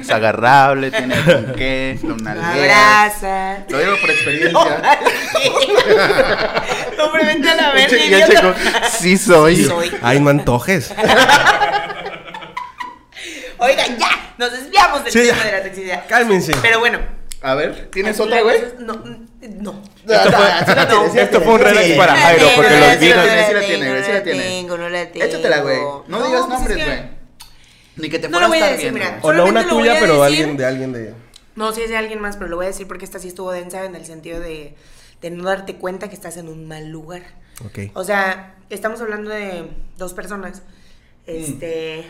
Speaker 4: Es agarrable, tiene con qué, lo nalgueas.
Speaker 2: Abraza.
Speaker 4: Lo digo por
Speaker 2: No,
Speaker 4: experiencia.
Speaker 2: hombre, vente a la
Speaker 4: Y
Speaker 2: verga,
Speaker 4: che- y el checo,
Speaker 2: idiota.
Speaker 4: sí soy.
Speaker 2: Sí soy.
Speaker 1: Ay, no antojes.
Speaker 2: Oiga, ya, nos desviamos del
Speaker 1: Sí,
Speaker 2: tema
Speaker 1: ya.
Speaker 2: de la toxicidad.
Speaker 1: Cálmense.
Speaker 2: Pero bueno.
Speaker 4: A ver, ¿tienes
Speaker 2: La
Speaker 4: otra, güey?
Speaker 2: cosa es- No, mm, no.
Speaker 4: Esto fue,
Speaker 6: Esto fue un relax para
Speaker 2: No la
Speaker 6: Jairo,
Speaker 2: tengo,
Speaker 6: porque
Speaker 2: no la
Speaker 6: los
Speaker 2: tengo,
Speaker 6: vino.
Speaker 2: no
Speaker 4: Sí la tiene,
Speaker 2: tengo,
Speaker 4: sí
Speaker 2: no
Speaker 4: la tiene.
Speaker 2: tengo, no la tengo.
Speaker 4: Échatela, güey. No digas
Speaker 2: pues es
Speaker 4: nombres,
Speaker 2: que-
Speaker 4: güey. Ni que te
Speaker 2: No lo
Speaker 4: fuera
Speaker 2: voy a
Speaker 4: a estar
Speaker 2: decir,
Speaker 4: viendo.
Speaker 2: mira.
Speaker 1: O no
Speaker 2: Solamente
Speaker 1: una
Speaker 2: lo voy
Speaker 1: tuya,
Speaker 2: a
Speaker 1: pero
Speaker 2: decir.
Speaker 1: alguien de alguien de.
Speaker 2: No, sí es de alguien más, pero lo voy a decir porque esta sí estuvo densa en el sentido de, de no darte cuenta que estás en un mal lugar.
Speaker 1: Ok.
Speaker 2: O sea, estamos hablando de dos personas.
Speaker 4: Mm.
Speaker 2: Este.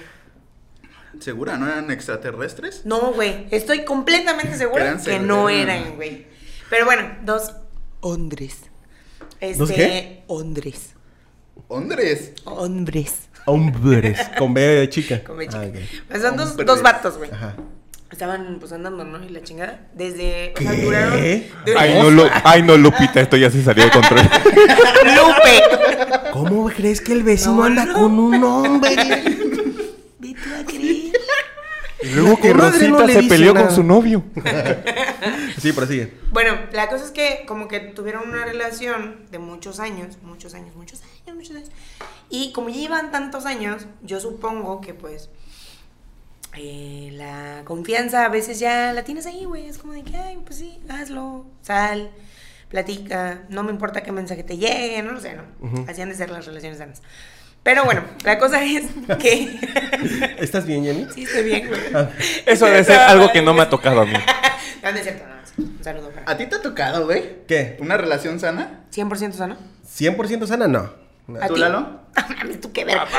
Speaker 4: ¿Segura? ¿No eran extraterrestres?
Speaker 2: No, güey. Estoy completamente segura
Speaker 4: Eran
Speaker 2: que no
Speaker 4: seguro.
Speaker 2: eran, güey. Pero bueno, dos hombres. Este,
Speaker 1: ¿Dos qué?
Speaker 2: Hombres.
Speaker 4: ¡Hombres!
Speaker 2: Hombres.
Speaker 1: Hombres. Con B de chica.
Speaker 2: Como chica.
Speaker 1: Ah, ok.
Speaker 2: Pues son dos,
Speaker 4: Hombres.
Speaker 2: dos vatos, güey.
Speaker 1: Ajá.
Speaker 2: Estaban pues andando, ¿no? Y la chingada. Desde. O sea,
Speaker 1: ¿Qué?
Speaker 2: duraron.
Speaker 1: Ay,
Speaker 2: duraron-
Speaker 6: ay, no, Lupita, esto ya se salió de control.
Speaker 2: Lupe.
Speaker 1: ¿Cómo crees que el vecino
Speaker 2: No,
Speaker 1: anda
Speaker 2: no.
Speaker 1: con un hombre?
Speaker 2: Ve tú a creer.
Speaker 1: Luego que Rosita se peleó con su
Speaker 6: novio.
Speaker 1: Sí, prosigue.
Speaker 2: Bueno, la cosa es que como que tuvieron una relación de muchos años, muchos años, muchos años, muchos años. Y como ya llevan tantos años, yo supongo que pues eh, la confianza a veces ya la tienes ahí, güey. Es como de que, ay, pues sí, hazlo, sal, platica, no me importa qué mensaje te llegue, no lo sé, ¿no? Así han de ser las relaciones sanas. Pero bueno, la cosa es que...
Speaker 1: ¿Estás bien, Jenny?
Speaker 2: sí, estoy bien, güey.
Speaker 6: Eso debe ser algo que no me ha tocado a mí.
Speaker 2: No, no es cierto, no, no es cierto. Un saludo para...
Speaker 4: ¿A ti te ha tocado, güey?
Speaker 1: ¿Qué?
Speaker 4: ¿Una relación sana?
Speaker 2: 100% sano.
Speaker 1: ¿100% sana? No. No.
Speaker 2: ¿A
Speaker 4: ¿Tú,
Speaker 2: ti?
Speaker 4: Lalo?
Speaker 2: Ah, mames, tú qué verga.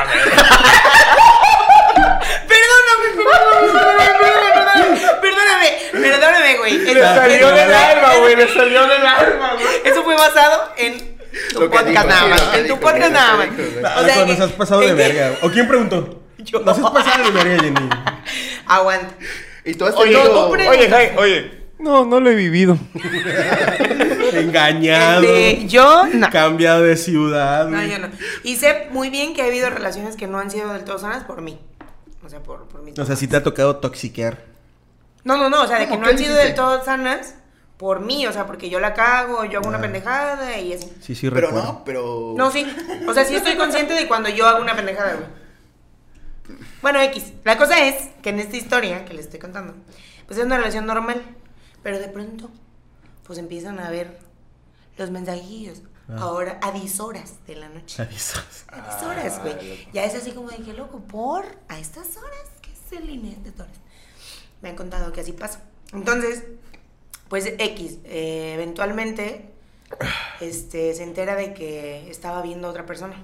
Speaker 2: perdóname, perdóname, perdóname, perdóname, perdóname, güey.
Speaker 5: Le
Speaker 2: Eso-
Speaker 5: salió
Speaker 2: eso-
Speaker 5: del alma, güey. Le salió del alma, güey.
Speaker 2: Eso fue basado en tu
Speaker 4: Lo que
Speaker 2: podcast
Speaker 4: dijo,
Speaker 2: nada
Speaker 4: sí,
Speaker 2: más.
Speaker 4: lo que
Speaker 2: en tu
Speaker 4: dijo,
Speaker 2: podcast
Speaker 4: lo
Speaker 2: nada
Speaker 4: que
Speaker 2: más.
Speaker 4: dijo, güey.
Speaker 1: Ah, cuando
Speaker 2: que-
Speaker 1: se has pasado de
Speaker 2: en que-
Speaker 1: verga. ¿O quién preguntó?
Speaker 2: Yo.
Speaker 1: No se has pasado de verga, Jenny.
Speaker 2: Aguanta.
Speaker 4: ¿Y tú has
Speaker 2: Oye,
Speaker 4: tenido...?
Speaker 2: no, hombre.
Speaker 5: Oye, Jai, oye.
Speaker 6: No, no lo he vivido.
Speaker 1: Engañado.
Speaker 2: Este, yo no.
Speaker 1: Cambiado de ciudad.
Speaker 2: No,
Speaker 1: güey.
Speaker 2: yo no. Y sé muy bien que ha habido relaciones que no han sido del todo sanas por mí. O sea, por, por mí.
Speaker 1: O sea, sí te ha tocado toxiquear.
Speaker 2: No, no, no, o sea, de que
Speaker 4: ¿Cómo?
Speaker 2: no
Speaker 4: ¿Qué
Speaker 2: han sido
Speaker 4: dijiste?
Speaker 2: del todo sanas por mí, o sea, porque yo la cago, yo hago una pendejada y así.
Speaker 1: Sí, sí,
Speaker 4: Pero
Speaker 1: recuerdo.
Speaker 4: no, pero...
Speaker 2: No, sí. O sea, sí estoy consciente de cuando yo hago una pendejada, güey. Bueno, X. La cosa es que en esta historia que les estoy contando, pues es una relación normal. Pero de pronto, pues empiezan a ver los mensajillos. Ahora, a 10 horas de la noche.
Speaker 1: Avisas.
Speaker 2: A 10 horas,
Speaker 6: Ah,
Speaker 2: güey. Ya es así como de que loco, por a estas horas, que es el Inés de Torres. Me han contado que así pasa. Entonces, pues X, eh, eventualmente este, se entera de que estaba viendo a otra persona.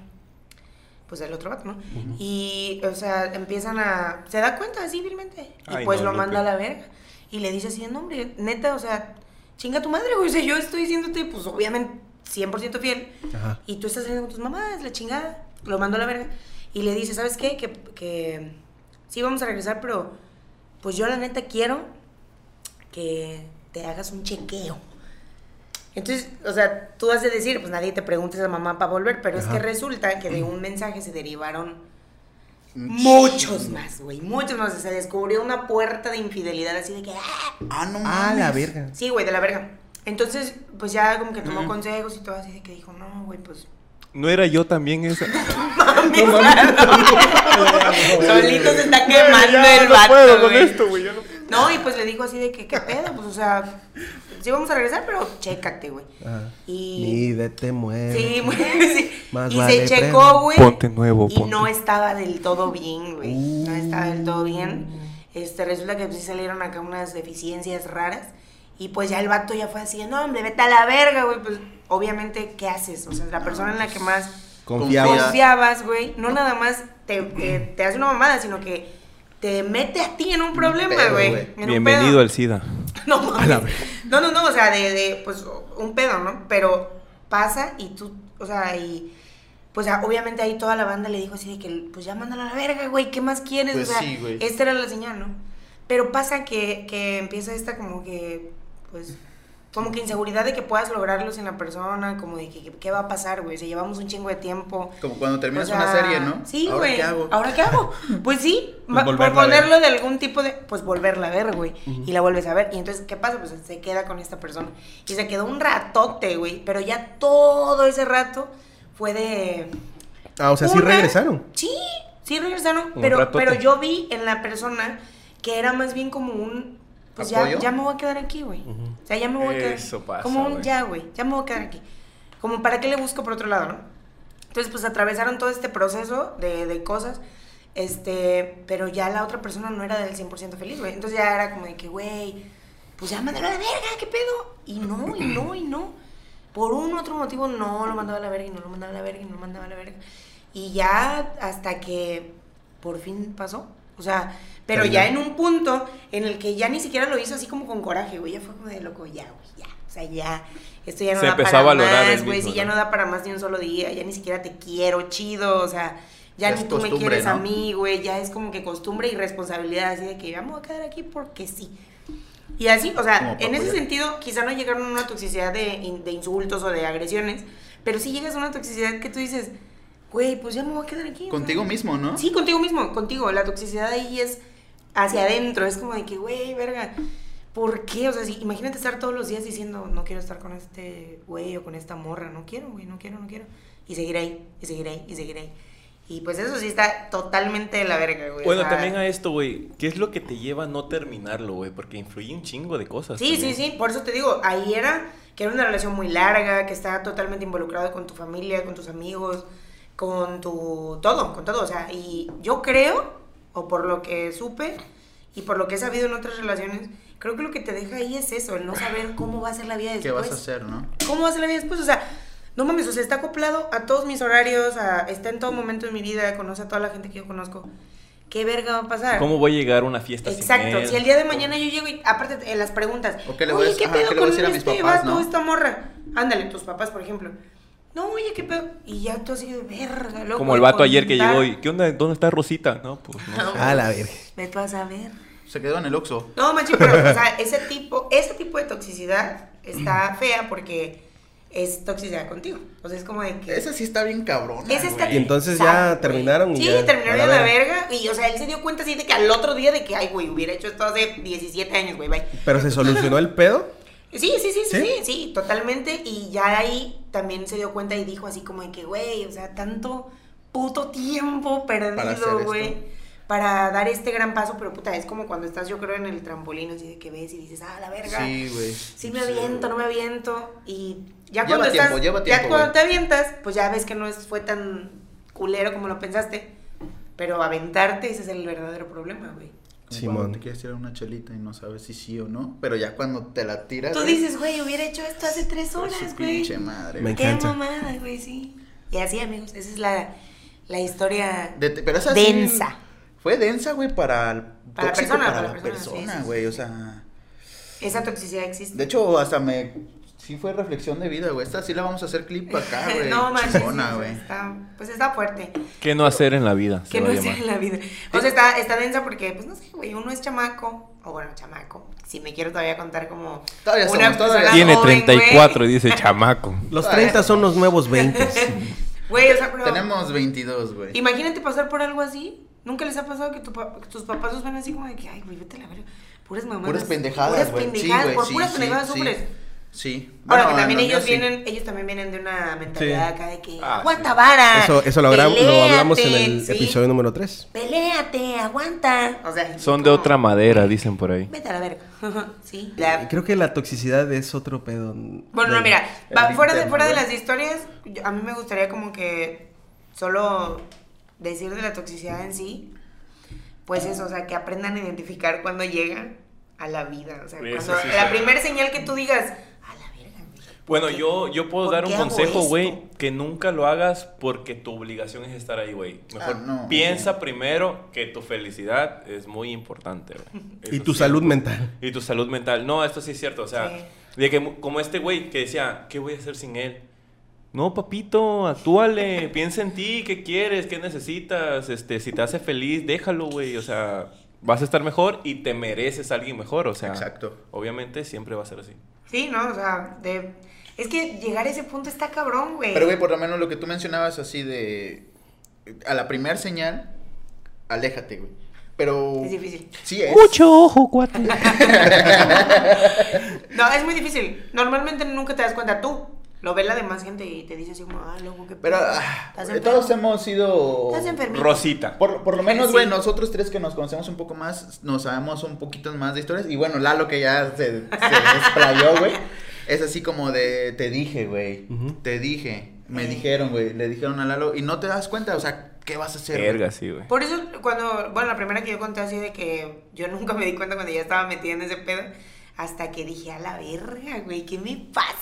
Speaker 2: Pues el otro vato, ¿no? Y, o sea, empiezan a. Se da cuenta así, vilmente. Y
Speaker 6: Ay,
Speaker 2: pues
Speaker 6: no,
Speaker 2: lo
Speaker 6: Lupe.
Speaker 2: manda a la verga. Y le dice así, no, hombre, neta, o sea, chinga tu madre, güey. O sea, yo estoy diciéndote, pues obviamente, 100% fiel.
Speaker 1: Ajá.
Speaker 2: Y tú estás saliendo con tus mamás, la chingada. Lo mando a la verga. Y le dice, ¿sabes qué? Que, que sí vamos a regresar, pero pues yo la neta quiero que te hagas un chequeo. Entonces, o sea, tú has de decir, pues nadie te preguntes a mamá para volver, pero es
Speaker 1: Ajá.
Speaker 2: que resulta que de un mensaje se derivaron muchos más, güey, muchos más. O sea, descubrió una puerta de infidelidad así de que, ¡ah!
Speaker 4: Ah, no
Speaker 1: Ah, la
Speaker 4: mames.
Speaker 1: verga.
Speaker 2: Sí, güey, de la verga. Entonces, pues ya como que tomó consejos y todo así de que dijo, no, güey, pues
Speaker 6: No era yo también esa.
Speaker 2: Solito se está quemando
Speaker 5: Ya,
Speaker 2: el
Speaker 5: no puedo
Speaker 2: vato,
Speaker 5: con
Speaker 2: güey.
Speaker 5: esto, güey. ya no-
Speaker 2: No, y pues le dijo así de que, ¿qué pedo? Pues, o sea, sí vamos a regresar, pero chécate, güey.
Speaker 1: Ajá.
Speaker 2: Y...
Speaker 1: Mídete, mueve.
Speaker 2: Sí, muy sí.
Speaker 1: Más
Speaker 2: Y
Speaker 1: vale
Speaker 2: se checó,
Speaker 1: prevenir.
Speaker 2: güey.
Speaker 6: Ponte nuevo,
Speaker 2: Y
Speaker 6: ponte.
Speaker 2: no estaba del todo bien, güey. No
Speaker 1: Uh.
Speaker 2: estaba del todo bien.
Speaker 5: Uh.
Speaker 2: Este, resulta que sí salieron acá unas deficiencias raras. Y pues ya el vato ya fue así, de, no, hombre, vete a la verga, güey. Pues, obviamente, ¿qué haces? O sea, la persona en la que más
Speaker 1: Confiabas.
Speaker 4: Confiabas.
Speaker 2: confiabas, Pues, güey, no nada más te, eh, te hace una mamada, sino que te mete a ti en un problema,
Speaker 4: pedo,
Speaker 2: güey.
Speaker 4: güey.
Speaker 2: en un
Speaker 6: Bienvenido
Speaker 2: pedo.
Speaker 6: al SIDA.
Speaker 2: No, mames. no, no, no, o sea, de, de, pues, un pedo, ¿no? Pero pasa y tú, o sea, y... Pues ah, obviamente ahí toda la banda le dijo así de que, pues ya mándalo a la verga, güey, ¿qué más quieres?
Speaker 4: Pues
Speaker 2: o sea,
Speaker 4: sí, güey.
Speaker 2: esta era la señal, ¿no? Pero pasa que, que empieza esta como que, pues, como que inseguridad de que puedas lograrlo sin la persona, como de que, que- qué va a pasar, güey, o sea, llevamos un chingo de tiempo.
Speaker 4: Como cuando terminas
Speaker 2: O sea,
Speaker 4: una serie, ¿no?
Speaker 2: Sí,
Speaker 4: ¿Ahora
Speaker 2: güey.
Speaker 4: qué hago?
Speaker 2: ¿Ahora qué hago? Pues sí,
Speaker 1: Pues
Speaker 2: va- por
Speaker 1: volverla a ver.
Speaker 2: ponerlo de algún tipo de. Pues volverla a ver, güey. Y la vuelves a ver. Y entonces, ¿qué pasa? Pues se queda con esta persona. Y se quedó un ratote, güey. Pero ya todo ese rato fue de.
Speaker 1: Ah, o sea, sí
Speaker 2: Una-
Speaker 1: regresaron.
Speaker 2: Sí, sí regresaron.
Speaker 6: Un
Speaker 2: Pero,
Speaker 6: ratote.
Speaker 2: pero yo vi en la persona que era más bien como un. Pues ya,
Speaker 4: ¿Apoyo?
Speaker 2: ya me voy a quedar aquí, güey. O sea, ya me voy a quedar.
Speaker 5: Eso pasa,
Speaker 2: como un
Speaker 5: güey.
Speaker 2: ya, güey. Ya me voy a quedar aquí. Como para qué le busco por otro lado, ¿no? Entonces, pues atravesaron todo este proceso de, de cosas. Este, pero ya la otra persona no era del 100% feliz, güey. Entonces ya era como de que, güey, pues ya mandalo a la verga, ¿qué pedo? Y no, y no, y no. Por un otro motivo no lo mandaba a la verga y no lo mandaba a la verga y no lo mandaba a la verga. Y ya hasta que por fin pasó. O sea, pero ya en un punto en el que ya ni siquiera lo hizo así como con coraje, güey. Ya fue como de loco, ya, güey, ya. O sea, ya. Esto ya no
Speaker 6: Se
Speaker 2: da
Speaker 6: empezó
Speaker 2: para
Speaker 6: a valorar
Speaker 2: más,
Speaker 6: él
Speaker 2: güey.
Speaker 6: mismo,
Speaker 2: Si ya
Speaker 6: ¿no?
Speaker 2: no da para más ni un solo día. Ya ni siquiera te quiero, chido. O sea, ya
Speaker 4: Ya es
Speaker 2: ni tú me
Speaker 4: costumbre,
Speaker 2: quieres a
Speaker 4: ¿no?
Speaker 2: mí, güey. Ya es como que costumbre y responsabilidad. Así de que ya me voy a quedar aquí porque sí. Y así, o sea,
Speaker 4: Como para
Speaker 2: en ese
Speaker 4: apoyar.
Speaker 2: sentido, quizá no llegaron a una toxicidad de, in- de insultos o de agresiones, pero sí llegas a una toxicidad que tú dices, güey, pues ya me voy a quedar aquí. o
Speaker 4: Contigo
Speaker 2: sea".
Speaker 4: mismo, ¿no?
Speaker 2: Sí, contigo mismo, contigo. La toxicidad ahí es hacia adentro, es como de que, güey, verga. ¿Por qué? O sea, si- imagínate estar todos los días diciendo, no quiero estar con este güey o con esta morra, no quiero, güey, no quiero, no quiero. Y seguir ahí, y seguir ahí, y seguir ahí. Y pues eso sí está totalmente de la verga, güey. o
Speaker 6: Bueno,
Speaker 2: sea,
Speaker 6: también a esto, güey. ¿Qué es lo que te lleva a no terminarlo, güey? Porque influye un chingo de
Speaker 4: Pues
Speaker 6: cosas.
Speaker 2: Sí, sí,
Speaker 6: también.
Speaker 2: sí, por eso te digo, ahí era que era una relación muy larga, que estaba totalmente involucrado con tu familia, con tus amigos, con tu todo, con todo, o sea, y yo creo, o por lo que supe y por lo que he sabido en otras relaciones, creo que lo que te deja ahí es eso, el no saber cómo va a ser la vida después.
Speaker 4: ¿Qué vas a hacer, no?
Speaker 2: ¿Cómo va a ser la vida después? O sea, no mames, o sea, está acoplado a todos mis horarios, a- está en todo momento de mi vida, conoce a toda la gente que yo conozco. ¿Qué verga va a pasar?
Speaker 6: ¿Cómo voy a llegar a una fiesta sin
Speaker 2: Exacto,
Speaker 6: él?
Speaker 2: si el día de mañana yo llego y aparte en las preguntas,
Speaker 4: ¿O qué le voy a
Speaker 2: oye,
Speaker 4: decir-
Speaker 2: ¿qué
Speaker 4: ajá,
Speaker 2: pedo
Speaker 4: qué le voy
Speaker 2: con
Speaker 4: a decir a mis
Speaker 2: este
Speaker 4: papás,
Speaker 2: vato,
Speaker 4: no?
Speaker 2: esta morra? Ándale, tus papás, por ejemplo. No, oye, ¿qué pedo? Y ya tú así de verga, loco.
Speaker 6: Como el vato ayer que llegó y, ¿qué onda? ¿Dónde está Rosita? No, pues no. sé.
Speaker 1: A la verga.
Speaker 2: Me vas a ver.
Speaker 4: Se quedó en el Oxxo.
Speaker 2: No, machi, pero, o sea, ese tipo, ese tipo de toxicidad está fea porque es toxicidad contigo. O sea, es como de que...
Speaker 4: Esa sí está bien cabrón.
Speaker 2: Ese está
Speaker 1: Y entonces ya
Speaker 2: güey.
Speaker 1: terminaron y
Speaker 2: Sí,
Speaker 1: ya,
Speaker 2: terminaron
Speaker 1: a
Speaker 2: a
Speaker 1: la
Speaker 2: la verga. Y, o sea, él se dio cuenta así de que al otro día de que, ay, güey, hubiera hecho esto hace 17 años, güey, bye.
Speaker 1: Pero se solucionó el pedo.
Speaker 2: Sí, sí, sí, sí,
Speaker 1: ¿Sí?
Speaker 2: sí, sí, totalmente. Y ya ahí también se dio cuenta y dijo así como de que, güey, o sea, tanto puto tiempo
Speaker 4: Para hacer
Speaker 2: perdido,
Speaker 4: esto.
Speaker 2: güey. Para dar este gran paso, pero puta, es como cuando estás, yo creo, en el trampolín, así de que ves y dices, ah, la verga.
Speaker 4: Sí, güey.
Speaker 2: Sí me aviento, no me aviento. Y ya
Speaker 4: Lleva
Speaker 2: cuando estás-
Speaker 4: tiempo, lleva tiempo,
Speaker 2: ya cuando
Speaker 4: güey.
Speaker 2: te avientas, pues ya ves que no es- fue tan culero como lo pensaste. Pero aventarte, ese es el verdadero problema, güey.
Speaker 4: Como
Speaker 1: Simón.
Speaker 4: cuando Te quieres tirar una chelita y no sabes si sí o no. Pero ya cuando te la tiras.
Speaker 2: Tú
Speaker 4: güey,
Speaker 2: dices, güey, hubiera hecho esto hace tres
Speaker 4: por su
Speaker 2: horas, güey.
Speaker 4: pinche madre.
Speaker 1: Me
Speaker 4: güey.
Speaker 2: Qué
Speaker 1: encanta.
Speaker 2: mamada, güey, sí. Y así, amigos, esa es la, la historia.
Speaker 4: De- te- pero esa sí-
Speaker 2: Densa.
Speaker 4: fue densa, güey, para el
Speaker 2: Para la
Speaker 4: tóxico,
Speaker 2: persona,
Speaker 4: para, la
Speaker 2: sí,
Speaker 4: persona,
Speaker 2: sí, sí,
Speaker 4: güey.
Speaker 2: sí.
Speaker 4: O sea.
Speaker 2: Esa toxicidad existe.
Speaker 4: De hecho, hasta me. Sí fue reflexión de vida, güey. Esta sí la vamos a hacer clip acá, Ah, güey.
Speaker 2: no manches, sí,
Speaker 4: Chingona,
Speaker 2: sí,
Speaker 4: güey.
Speaker 2: está- pues está fuerte.
Speaker 6: ¿Qué no hacer en la vida? Se
Speaker 2: Que
Speaker 6: va
Speaker 2: no
Speaker 6: a
Speaker 2: es
Speaker 6: llamar.
Speaker 2: en la vida. O sea, está, está densa porque, pues no sé, güey, uno es chamaco, o bueno, chamaco, si me quiero todavía contar como
Speaker 4: Todavía
Speaker 2: una
Speaker 4: somos, todavía
Speaker 2: persona
Speaker 6: Tiene
Speaker 2: joven,
Speaker 6: 34 y dice chamaco.
Speaker 1: Los 30 son los nuevos 20.
Speaker 2: Güey, Güey, o sea, pero
Speaker 4: Tenemos 22, güey.
Speaker 2: imagínate pasar por algo así. ¿Nunca les ha pasado que, tu pa- que tus papás los ven así como de que, ay, güey, vete a la verga? Puras mamadas.
Speaker 4: Puras pendejadas,
Speaker 2: Puras
Speaker 4: güey. Sí,
Speaker 2: pendejadas,
Speaker 4: güey,
Speaker 2: por
Speaker 4: sí,
Speaker 2: puras
Speaker 4: sí,
Speaker 2: pendejadas
Speaker 4: sí.
Speaker 2: sufres.
Speaker 4: Sí.
Speaker 2: Ahora
Speaker 4: Bueno,
Speaker 2: que también
Speaker 4: en lo
Speaker 2: ellos
Speaker 4: mío sí.
Speaker 2: vienen, ellos también vienen de una mentalidad
Speaker 1: Sí.
Speaker 2: acá de que
Speaker 5: Ah, sí.
Speaker 2: aguanta vara.
Speaker 1: Eso, eso lo, gra- lo hablamos en el
Speaker 2: peléate", ¿sí?
Speaker 1: episodio número 3.
Speaker 2: Peléate, aguanta. O sea,
Speaker 6: Son de
Speaker 2: como,
Speaker 6: otra madera, dicen por ahí.
Speaker 2: Vete a la verga. sí. la-
Speaker 1: Creo que la toxicidad es otro pedo.
Speaker 2: Bueno, no,
Speaker 1: Del-
Speaker 2: mira,
Speaker 4: el
Speaker 2: va- fuera, de,
Speaker 4: interno,
Speaker 2: fuera de
Speaker 4: güey.
Speaker 2: las historias, yo- a mí me gustaría como que solo decir de la toxicidad en sí, pues eso, o sea, que aprendan a identificar cuando llegan a la vida. O sea,
Speaker 5: Eso
Speaker 2: cuando-
Speaker 5: sí
Speaker 2: la
Speaker 5: está.
Speaker 2: primera señal que tú digas, a la verga. güey,
Speaker 6: Bueno,
Speaker 2: ¿por qué?
Speaker 6: yo, yo puedo
Speaker 2: ¿Por
Speaker 6: dar
Speaker 2: qué
Speaker 6: un
Speaker 2: hago
Speaker 6: consejo,
Speaker 2: esto?
Speaker 6: güey, que nunca lo hagas porque tu obligación es estar ahí, güey. Mejor
Speaker 4: Ah, no.
Speaker 6: piensa primero que tu felicidad es muy importante, güey.
Speaker 1: Y
Speaker 6: Eso
Speaker 1: tu
Speaker 6: sí.
Speaker 1: salud mental.
Speaker 6: Y tu salud mental. No, esto sí es cierto, o sea,
Speaker 2: Sí.
Speaker 6: de que mu- como este güey que decía, ¿qué voy a hacer sin él? No, papito, actúale, piensa en ti, qué quieres, qué necesitas, este, si te hace feliz, déjalo, güey, o sea, vas a estar mejor y te mereces a alguien mejor, o sea,
Speaker 4: Exacto.
Speaker 6: obviamente siempre va a ser así.
Speaker 2: Sí, ¿no? O sea, de... es que llegar a ese punto está cabrón, güey.
Speaker 4: Pero, güey, por lo menos lo que tú mencionabas así de. A la primera señal, aléjate, güey. Pero.
Speaker 2: Es difícil.
Speaker 4: Sí es.
Speaker 6: ojo, cuate.
Speaker 2: No, es muy difícil. Normalmente nunca te das cuenta tú. Lo ve la demás gente y te dice así como, ah, loco, qué
Speaker 4: Pero
Speaker 2: pedo,
Speaker 4: ah,
Speaker 2: estás
Speaker 4: güey,
Speaker 2: enfermo".
Speaker 4: todos hemos sido.
Speaker 2: Estás enfermito.
Speaker 6: Rosita.
Speaker 4: Por, por lo menos, güey,
Speaker 2: Sí.
Speaker 4: nosotros tres que nos conocemos un poco más, nos sabemos un poquito más de historias. Y bueno, Lalo que ya se, se desplayó, güey. Es así como de, te dije, güey.
Speaker 1: Ujú.
Speaker 4: Te dije. Me dijeron, güey. Le dijeron a Lalo. Y no te das cuenta, o sea, ¿qué vas a hacer? güey?
Speaker 6: Verga, sí, güey.
Speaker 2: Por eso, cuando, bueno, la primera que yo conté así de que yo nunca me di cuenta cuando ya estaba metida en ese pedo, hasta que dije, a la verga, güey, ¿qué me pasa?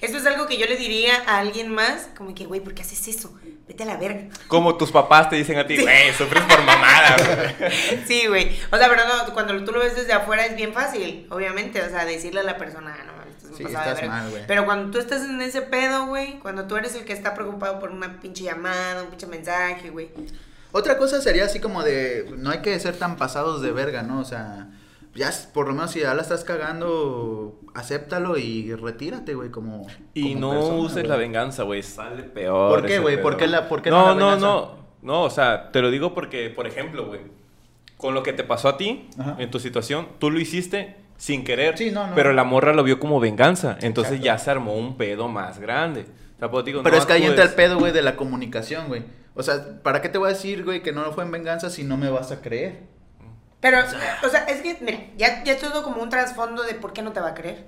Speaker 2: Esto es algo que yo le diría a alguien más, como que, güey, ¿por qué haces eso? Vete a la verga.
Speaker 6: Como tus papás te dicen a ti, güey, sufres por mamada, güey.
Speaker 2: Sí, güey. O sea, pero no, cuando tú lo ves desde afuera es bien fácil, obviamente. O sea, decirle a la persona, "Ah, no mames, estás muy
Speaker 4: Sí,
Speaker 2: pasada de
Speaker 4: estás
Speaker 2: verga".
Speaker 4: mal, güey.
Speaker 2: Pero cuando tú estás en ese pedo, güey, cuando tú eres el que está preocupado por una pinche llamada, un pinche mensaje, güey.
Speaker 4: Otra cosa sería así como de, no hay que ser tan pasados de verga, ¿no? O sea, ya es- por lo menos si ya la estás cagando, acéptalo y retírate, güey, como...
Speaker 6: Y
Speaker 4: como
Speaker 6: no
Speaker 4: persona,
Speaker 6: uses
Speaker 4: güey.
Speaker 6: la venganza, güey. Sale peor.
Speaker 4: ¿Por qué,
Speaker 6: ese
Speaker 4: güey?
Speaker 6: pedo.
Speaker 4: ¿Por qué la- por qué
Speaker 6: no,
Speaker 4: no la
Speaker 6: no,
Speaker 4: venganza?
Speaker 6: no. No, o sea, te lo digo porque, por ejemplo, güey, con lo que te pasó a ti,
Speaker 4: Ajá.
Speaker 6: en tu situación, tú lo hiciste, sin querer.
Speaker 4: Sí, no, no.
Speaker 6: Pero la morra lo vio como venganza. Entonces ya se armó un pedo más grande. O sea, pues, digo,
Speaker 4: Pero
Speaker 6: no
Speaker 4: es que ahí
Speaker 6: actúes.
Speaker 4: entra el pedo, güey, de la comunicación, güey. O sea, ¿para qué te voy a decir, güey, que no fue en venganza si no me vas a creer?
Speaker 2: Pero, o sea, es que, mira, ya, ya es todo como un trasfondo de por qué no te va a creer.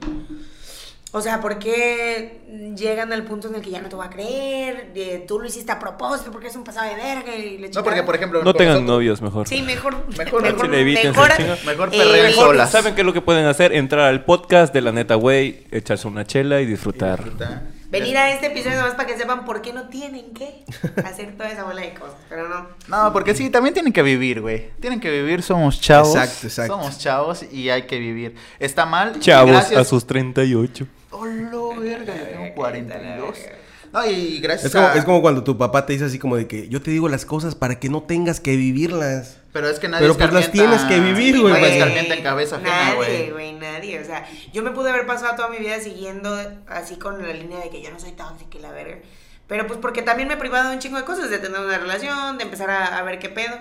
Speaker 2: O sea, por qué llegan al punto en el que ya no te va a creer, de, tú lo hiciste a propósito porque es un pasado de verga y le
Speaker 4: No, porque, por ejemplo,
Speaker 6: No
Speaker 4: con
Speaker 6: tengan
Speaker 4: nosotros-
Speaker 6: novios mejor.
Speaker 2: Sí, mejor.
Speaker 4: Mejor
Speaker 2: mejor,
Speaker 4: no.
Speaker 6: Sí, le eviten,
Speaker 2: mejor, eh,
Speaker 6: se chinga.
Speaker 4: Mejor perreen
Speaker 2: mejor-
Speaker 4: solas.
Speaker 6: ¿Saben qué es lo que pueden hacer? Entrar al podcast de la neta, güey, echarse una chela y disfrutar.
Speaker 4: Puta.
Speaker 2: Venir a este episodio nomás para que sepan por qué no tienen que hacer toda esa bola de cosas. Pero no.
Speaker 4: No, porque sí, también tienen que vivir, güey. Tienen que vivir, somos chavos.
Speaker 1: Exacto, exacto.
Speaker 4: Somos chavos y hay que vivir. Está mal. y
Speaker 6: Chavos,
Speaker 4: gracias-
Speaker 6: a sus 38.
Speaker 4: Hola, verga, yo tengo 42. No, y gracias
Speaker 1: Es como,
Speaker 4: a-
Speaker 1: es como cuando tu papá te dice así como de que yo te digo las cosas para que no tengas que vivirlas.
Speaker 4: Pero es que nadie
Speaker 1: Pero, pues, las
Speaker 4: escarmienta-
Speaker 1: tienes que vivir, güey.
Speaker 4: Nadie
Speaker 1: Güey,
Speaker 4: escarmienta en pues, cabeza ajena,
Speaker 2: Nadie,
Speaker 4: güey.
Speaker 2: güey, nadie. O sea, yo me pude haber pasado toda mi vida siguiendo así con la línea de que yo no soy tóxica y la verga. Pero pues porque también me he privado de un chingo de cosas, de tener una relación, de empezar a, a ver qué pedo.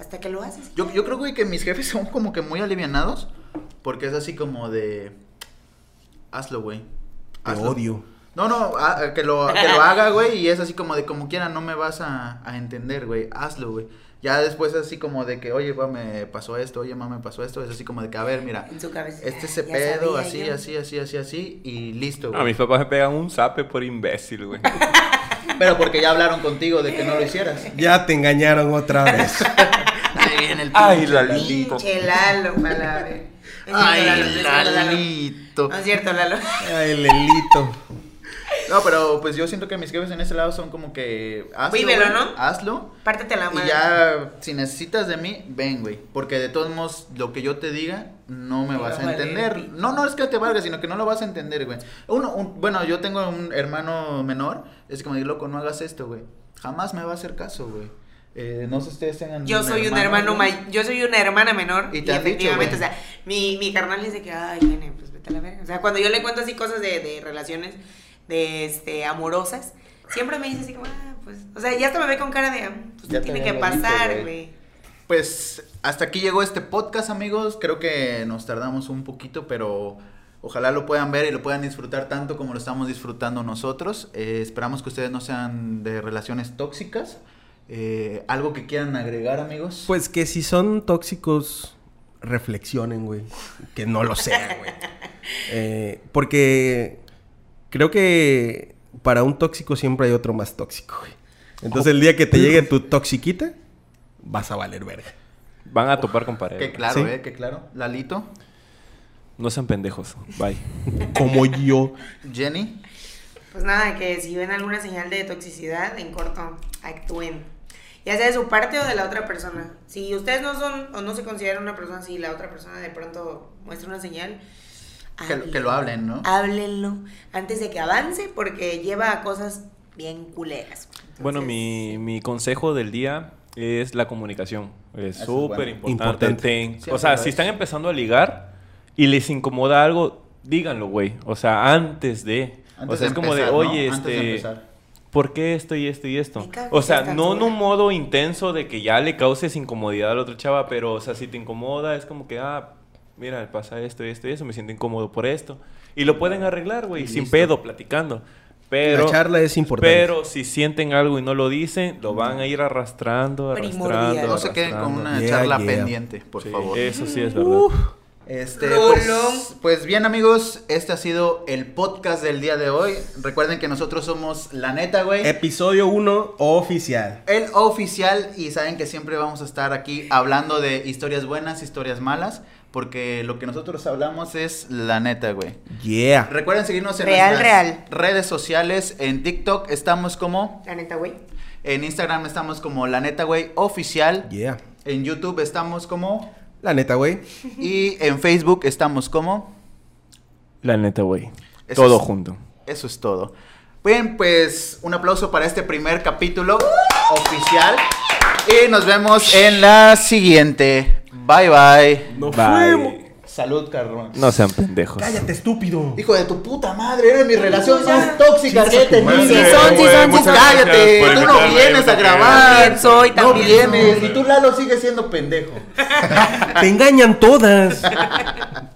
Speaker 2: Hasta que lo haces.
Speaker 4: Yo, yo creo, güey, que mis jefes son como que muy alivianados. Porque es así como de. Hazlo, güey.
Speaker 1: Te
Speaker 4: hazlo".
Speaker 1: odio.
Speaker 4: No, no, a- a que, lo, que lo haga, güey, y es así como de como quiera, no me vas a, a entender, güey, hazlo, güey. Ya después así como de que, oye, pa, me pasó esto, oye, mamá, me pasó esto, es así como de que, a ver, mira,
Speaker 2: En su cabeza.
Speaker 4: este se
Speaker 2: "Ya
Speaker 4: pedo,
Speaker 2: sabía
Speaker 4: así,
Speaker 2: yo".
Speaker 4: así, así, así, así, y listo,
Speaker 6: A
Speaker 4: güey.
Speaker 6: mis papás me pegan un zape por imbécil, güey.
Speaker 4: Pero porque ya hablaron contigo de que no lo hicieras.
Speaker 1: Ya te engañaron otra vez.
Speaker 4: Ahí viene el
Speaker 6: Ay,
Speaker 4: pinche
Speaker 6: Lalito.
Speaker 2: Pinche Lalo, para la verga.
Speaker 4: Ay,
Speaker 2: Lalo.
Speaker 4: Lalito.
Speaker 2: No es cierto, Lalo.
Speaker 1: Ay, Lelito.
Speaker 4: No, pero pues yo siento que mis jefes en ese lado son como que, hazlo,
Speaker 2: Vívelo,
Speaker 4: güey,
Speaker 2: ¿no?
Speaker 4: hazlo.
Speaker 2: Pártete la
Speaker 4: Y
Speaker 2: madre.
Speaker 4: ya, si necesitas de mí, ven, güey. Porque de todos modos, lo que yo te diga, no me
Speaker 2: Te
Speaker 4: vas
Speaker 2: va
Speaker 4: a
Speaker 2: a valer,
Speaker 4: entender.
Speaker 2: pito.
Speaker 4: No, no es que te valga, sino que no lo vas a entender, güey. Uno, un- bueno, yo tengo un hermano menor. Es como, loco, no hagas esto, güey. Jamás me va a hacer caso, güey. Eh, no sé si ustedes tengan.
Speaker 2: Yo soy un hermano
Speaker 4: güey.
Speaker 2: may- yo soy una hermana menor.
Speaker 4: Y
Speaker 2: Y,
Speaker 4: te han dicho,
Speaker 2: efectivamente,
Speaker 4: güey.
Speaker 2: o sea, mi, mi carnal dice que, ay, nene, pues vete a la verga. O sea, cuando yo le cuento así cosas de, de relaciones de este amorosas, siempre me dice así como, ah, pues. O sea, ya hasta me ve con cara de, "Ah, pues
Speaker 4: Ya
Speaker 2: no tiene
Speaker 4: te
Speaker 2: que
Speaker 4: veo bonito,
Speaker 2: pasar,
Speaker 4: güey".
Speaker 2: güey.
Speaker 4: Pues hasta aquí llegó este podcast, amigos. Creo que nos tardamos un poquito, pero ojalá lo puedan ver y lo puedan disfrutar tanto como lo estamos disfrutando nosotros. Eh, esperamos que ustedes no sean de relaciones tóxicas. Eh, ¿Algo que quieran agregar, amigos?
Speaker 1: Pues que si son tóxicos, reflexionen, güey. Que no lo sean, güey. Eh, porque creo que para un tóxico siempre hay otro más tóxico, güey. Entonces el día que te llegue tu toxiquita, vas a valer verga.
Speaker 6: Van a topar con pared.
Speaker 4: que
Speaker 6: güey.
Speaker 4: claro,
Speaker 1: Sí.
Speaker 4: ¿eh? Que claro. Lalito,
Speaker 6: No sean pendejos. Bye.
Speaker 1: Como yo.
Speaker 4: Jenny.
Speaker 2: Pues nada, que si ven alguna señal de toxicidad, en corto, actúen. Ya sea de su parte o de la otra persona. Si ustedes no son o no se consideran una persona así, la otra persona de pronto muestra una señal.
Speaker 4: Que, que lo
Speaker 2: hablen.
Speaker 4: hablen, ¿no?
Speaker 2: háblenlo antes de que avance porque lleva a cosas bien culeras. Entonces,
Speaker 6: Bueno, mi, mi consejo del día es la comunicación. Es
Speaker 4: Eso es
Speaker 6: súper
Speaker 4: bueno.
Speaker 6: importante.
Speaker 1: Importante.
Speaker 6: Ten-
Speaker 4: Siempre
Speaker 6: O sea,
Speaker 4: lo
Speaker 6: si
Speaker 4: es.
Speaker 6: están empezando a ligar y les incomoda algo, díganlo, güey. O sea, antes de.
Speaker 4: Antes
Speaker 6: o
Speaker 4: de
Speaker 6: sea, es como de,
Speaker 4: empezar, ¿no?
Speaker 6: oye,
Speaker 4: Antes de
Speaker 6: este.
Speaker 4: empezar.
Speaker 6: ¿Por qué esto y esto y esto?
Speaker 2: Me cago
Speaker 6: O
Speaker 2: en
Speaker 6: sea,
Speaker 2: esta
Speaker 6: no en
Speaker 2: altura.
Speaker 6: un modo intenso de que ya le causes incomodidad al otro chava, pero, o sea, si te incomoda, es como que, ah, mira, pasa esto y esto y eso, me siento incómodo por esto. Y lo pueden arreglar, güey,
Speaker 4: Y
Speaker 6: sin
Speaker 4: listo.
Speaker 6: pedo, platicando. Pero,
Speaker 1: La charla es importante.
Speaker 6: Pero si sienten algo y no lo dicen, lo van a ir arrastrando, arrastrando.
Speaker 2: Primordial.
Speaker 4: No se queden con
Speaker 6: arrastrando.
Speaker 4: una
Speaker 1: Yeah,
Speaker 4: charla
Speaker 1: yeah.
Speaker 4: pendiente, por
Speaker 6: Sí, Eh,
Speaker 4: favor.
Speaker 6: Eso sí es verdad.
Speaker 4: Este,
Speaker 2: Rolón.
Speaker 4: pues, pues bien amigos, este ha sido el podcast del día de hoy. Recuerden que nosotros somos La Neta, güey.
Speaker 1: Episodio 1 oficial.
Speaker 4: El oficial y saben que siempre vamos a estar aquí hablando de historias buenas, historias malas, porque lo que nosotros hablamos es la neta, güey.
Speaker 1: Yeah.
Speaker 4: Recuerden seguirnos en
Speaker 2: Real,
Speaker 4: nuestras
Speaker 2: real.
Speaker 4: redes sociales, en TikTok estamos como,
Speaker 2: La neta, güey.
Speaker 4: en Instagram estamos como la neta, güey, oficial,
Speaker 1: Yeah.
Speaker 4: en YouTube estamos como
Speaker 1: La neta, güey.
Speaker 4: y en Facebook estamos como.
Speaker 6: La neta, güey.
Speaker 4: Eso
Speaker 6: Todo
Speaker 4: es-
Speaker 6: junto.
Speaker 4: Eso es todo. Bien, pues un aplauso para este primer capítulo oficial. Y nos vemos en la siguiente. Bye bye.
Speaker 1: Nos
Speaker 6: Bye.
Speaker 1: fuimos.
Speaker 4: Salud, Carrón.
Speaker 6: No sean pendejos.
Speaker 1: Cállate, estúpido.
Speaker 4: Hijo de tu puta madre, eres mi relación
Speaker 2: ya.
Speaker 4: más tóxica que he tenido.
Speaker 2: madre, Sí son, sí güey, son, sí muchas son. gracias
Speaker 4: Cállate,
Speaker 5: por
Speaker 4: tú no
Speaker 5: invitarme,
Speaker 4: vienes a
Speaker 5: porque-
Speaker 4: grabar.
Speaker 2: También soy, también
Speaker 4: No vienes,
Speaker 2: soy.
Speaker 4: y tú Lalo sigues siendo pendejo.
Speaker 1: Te engañan todas.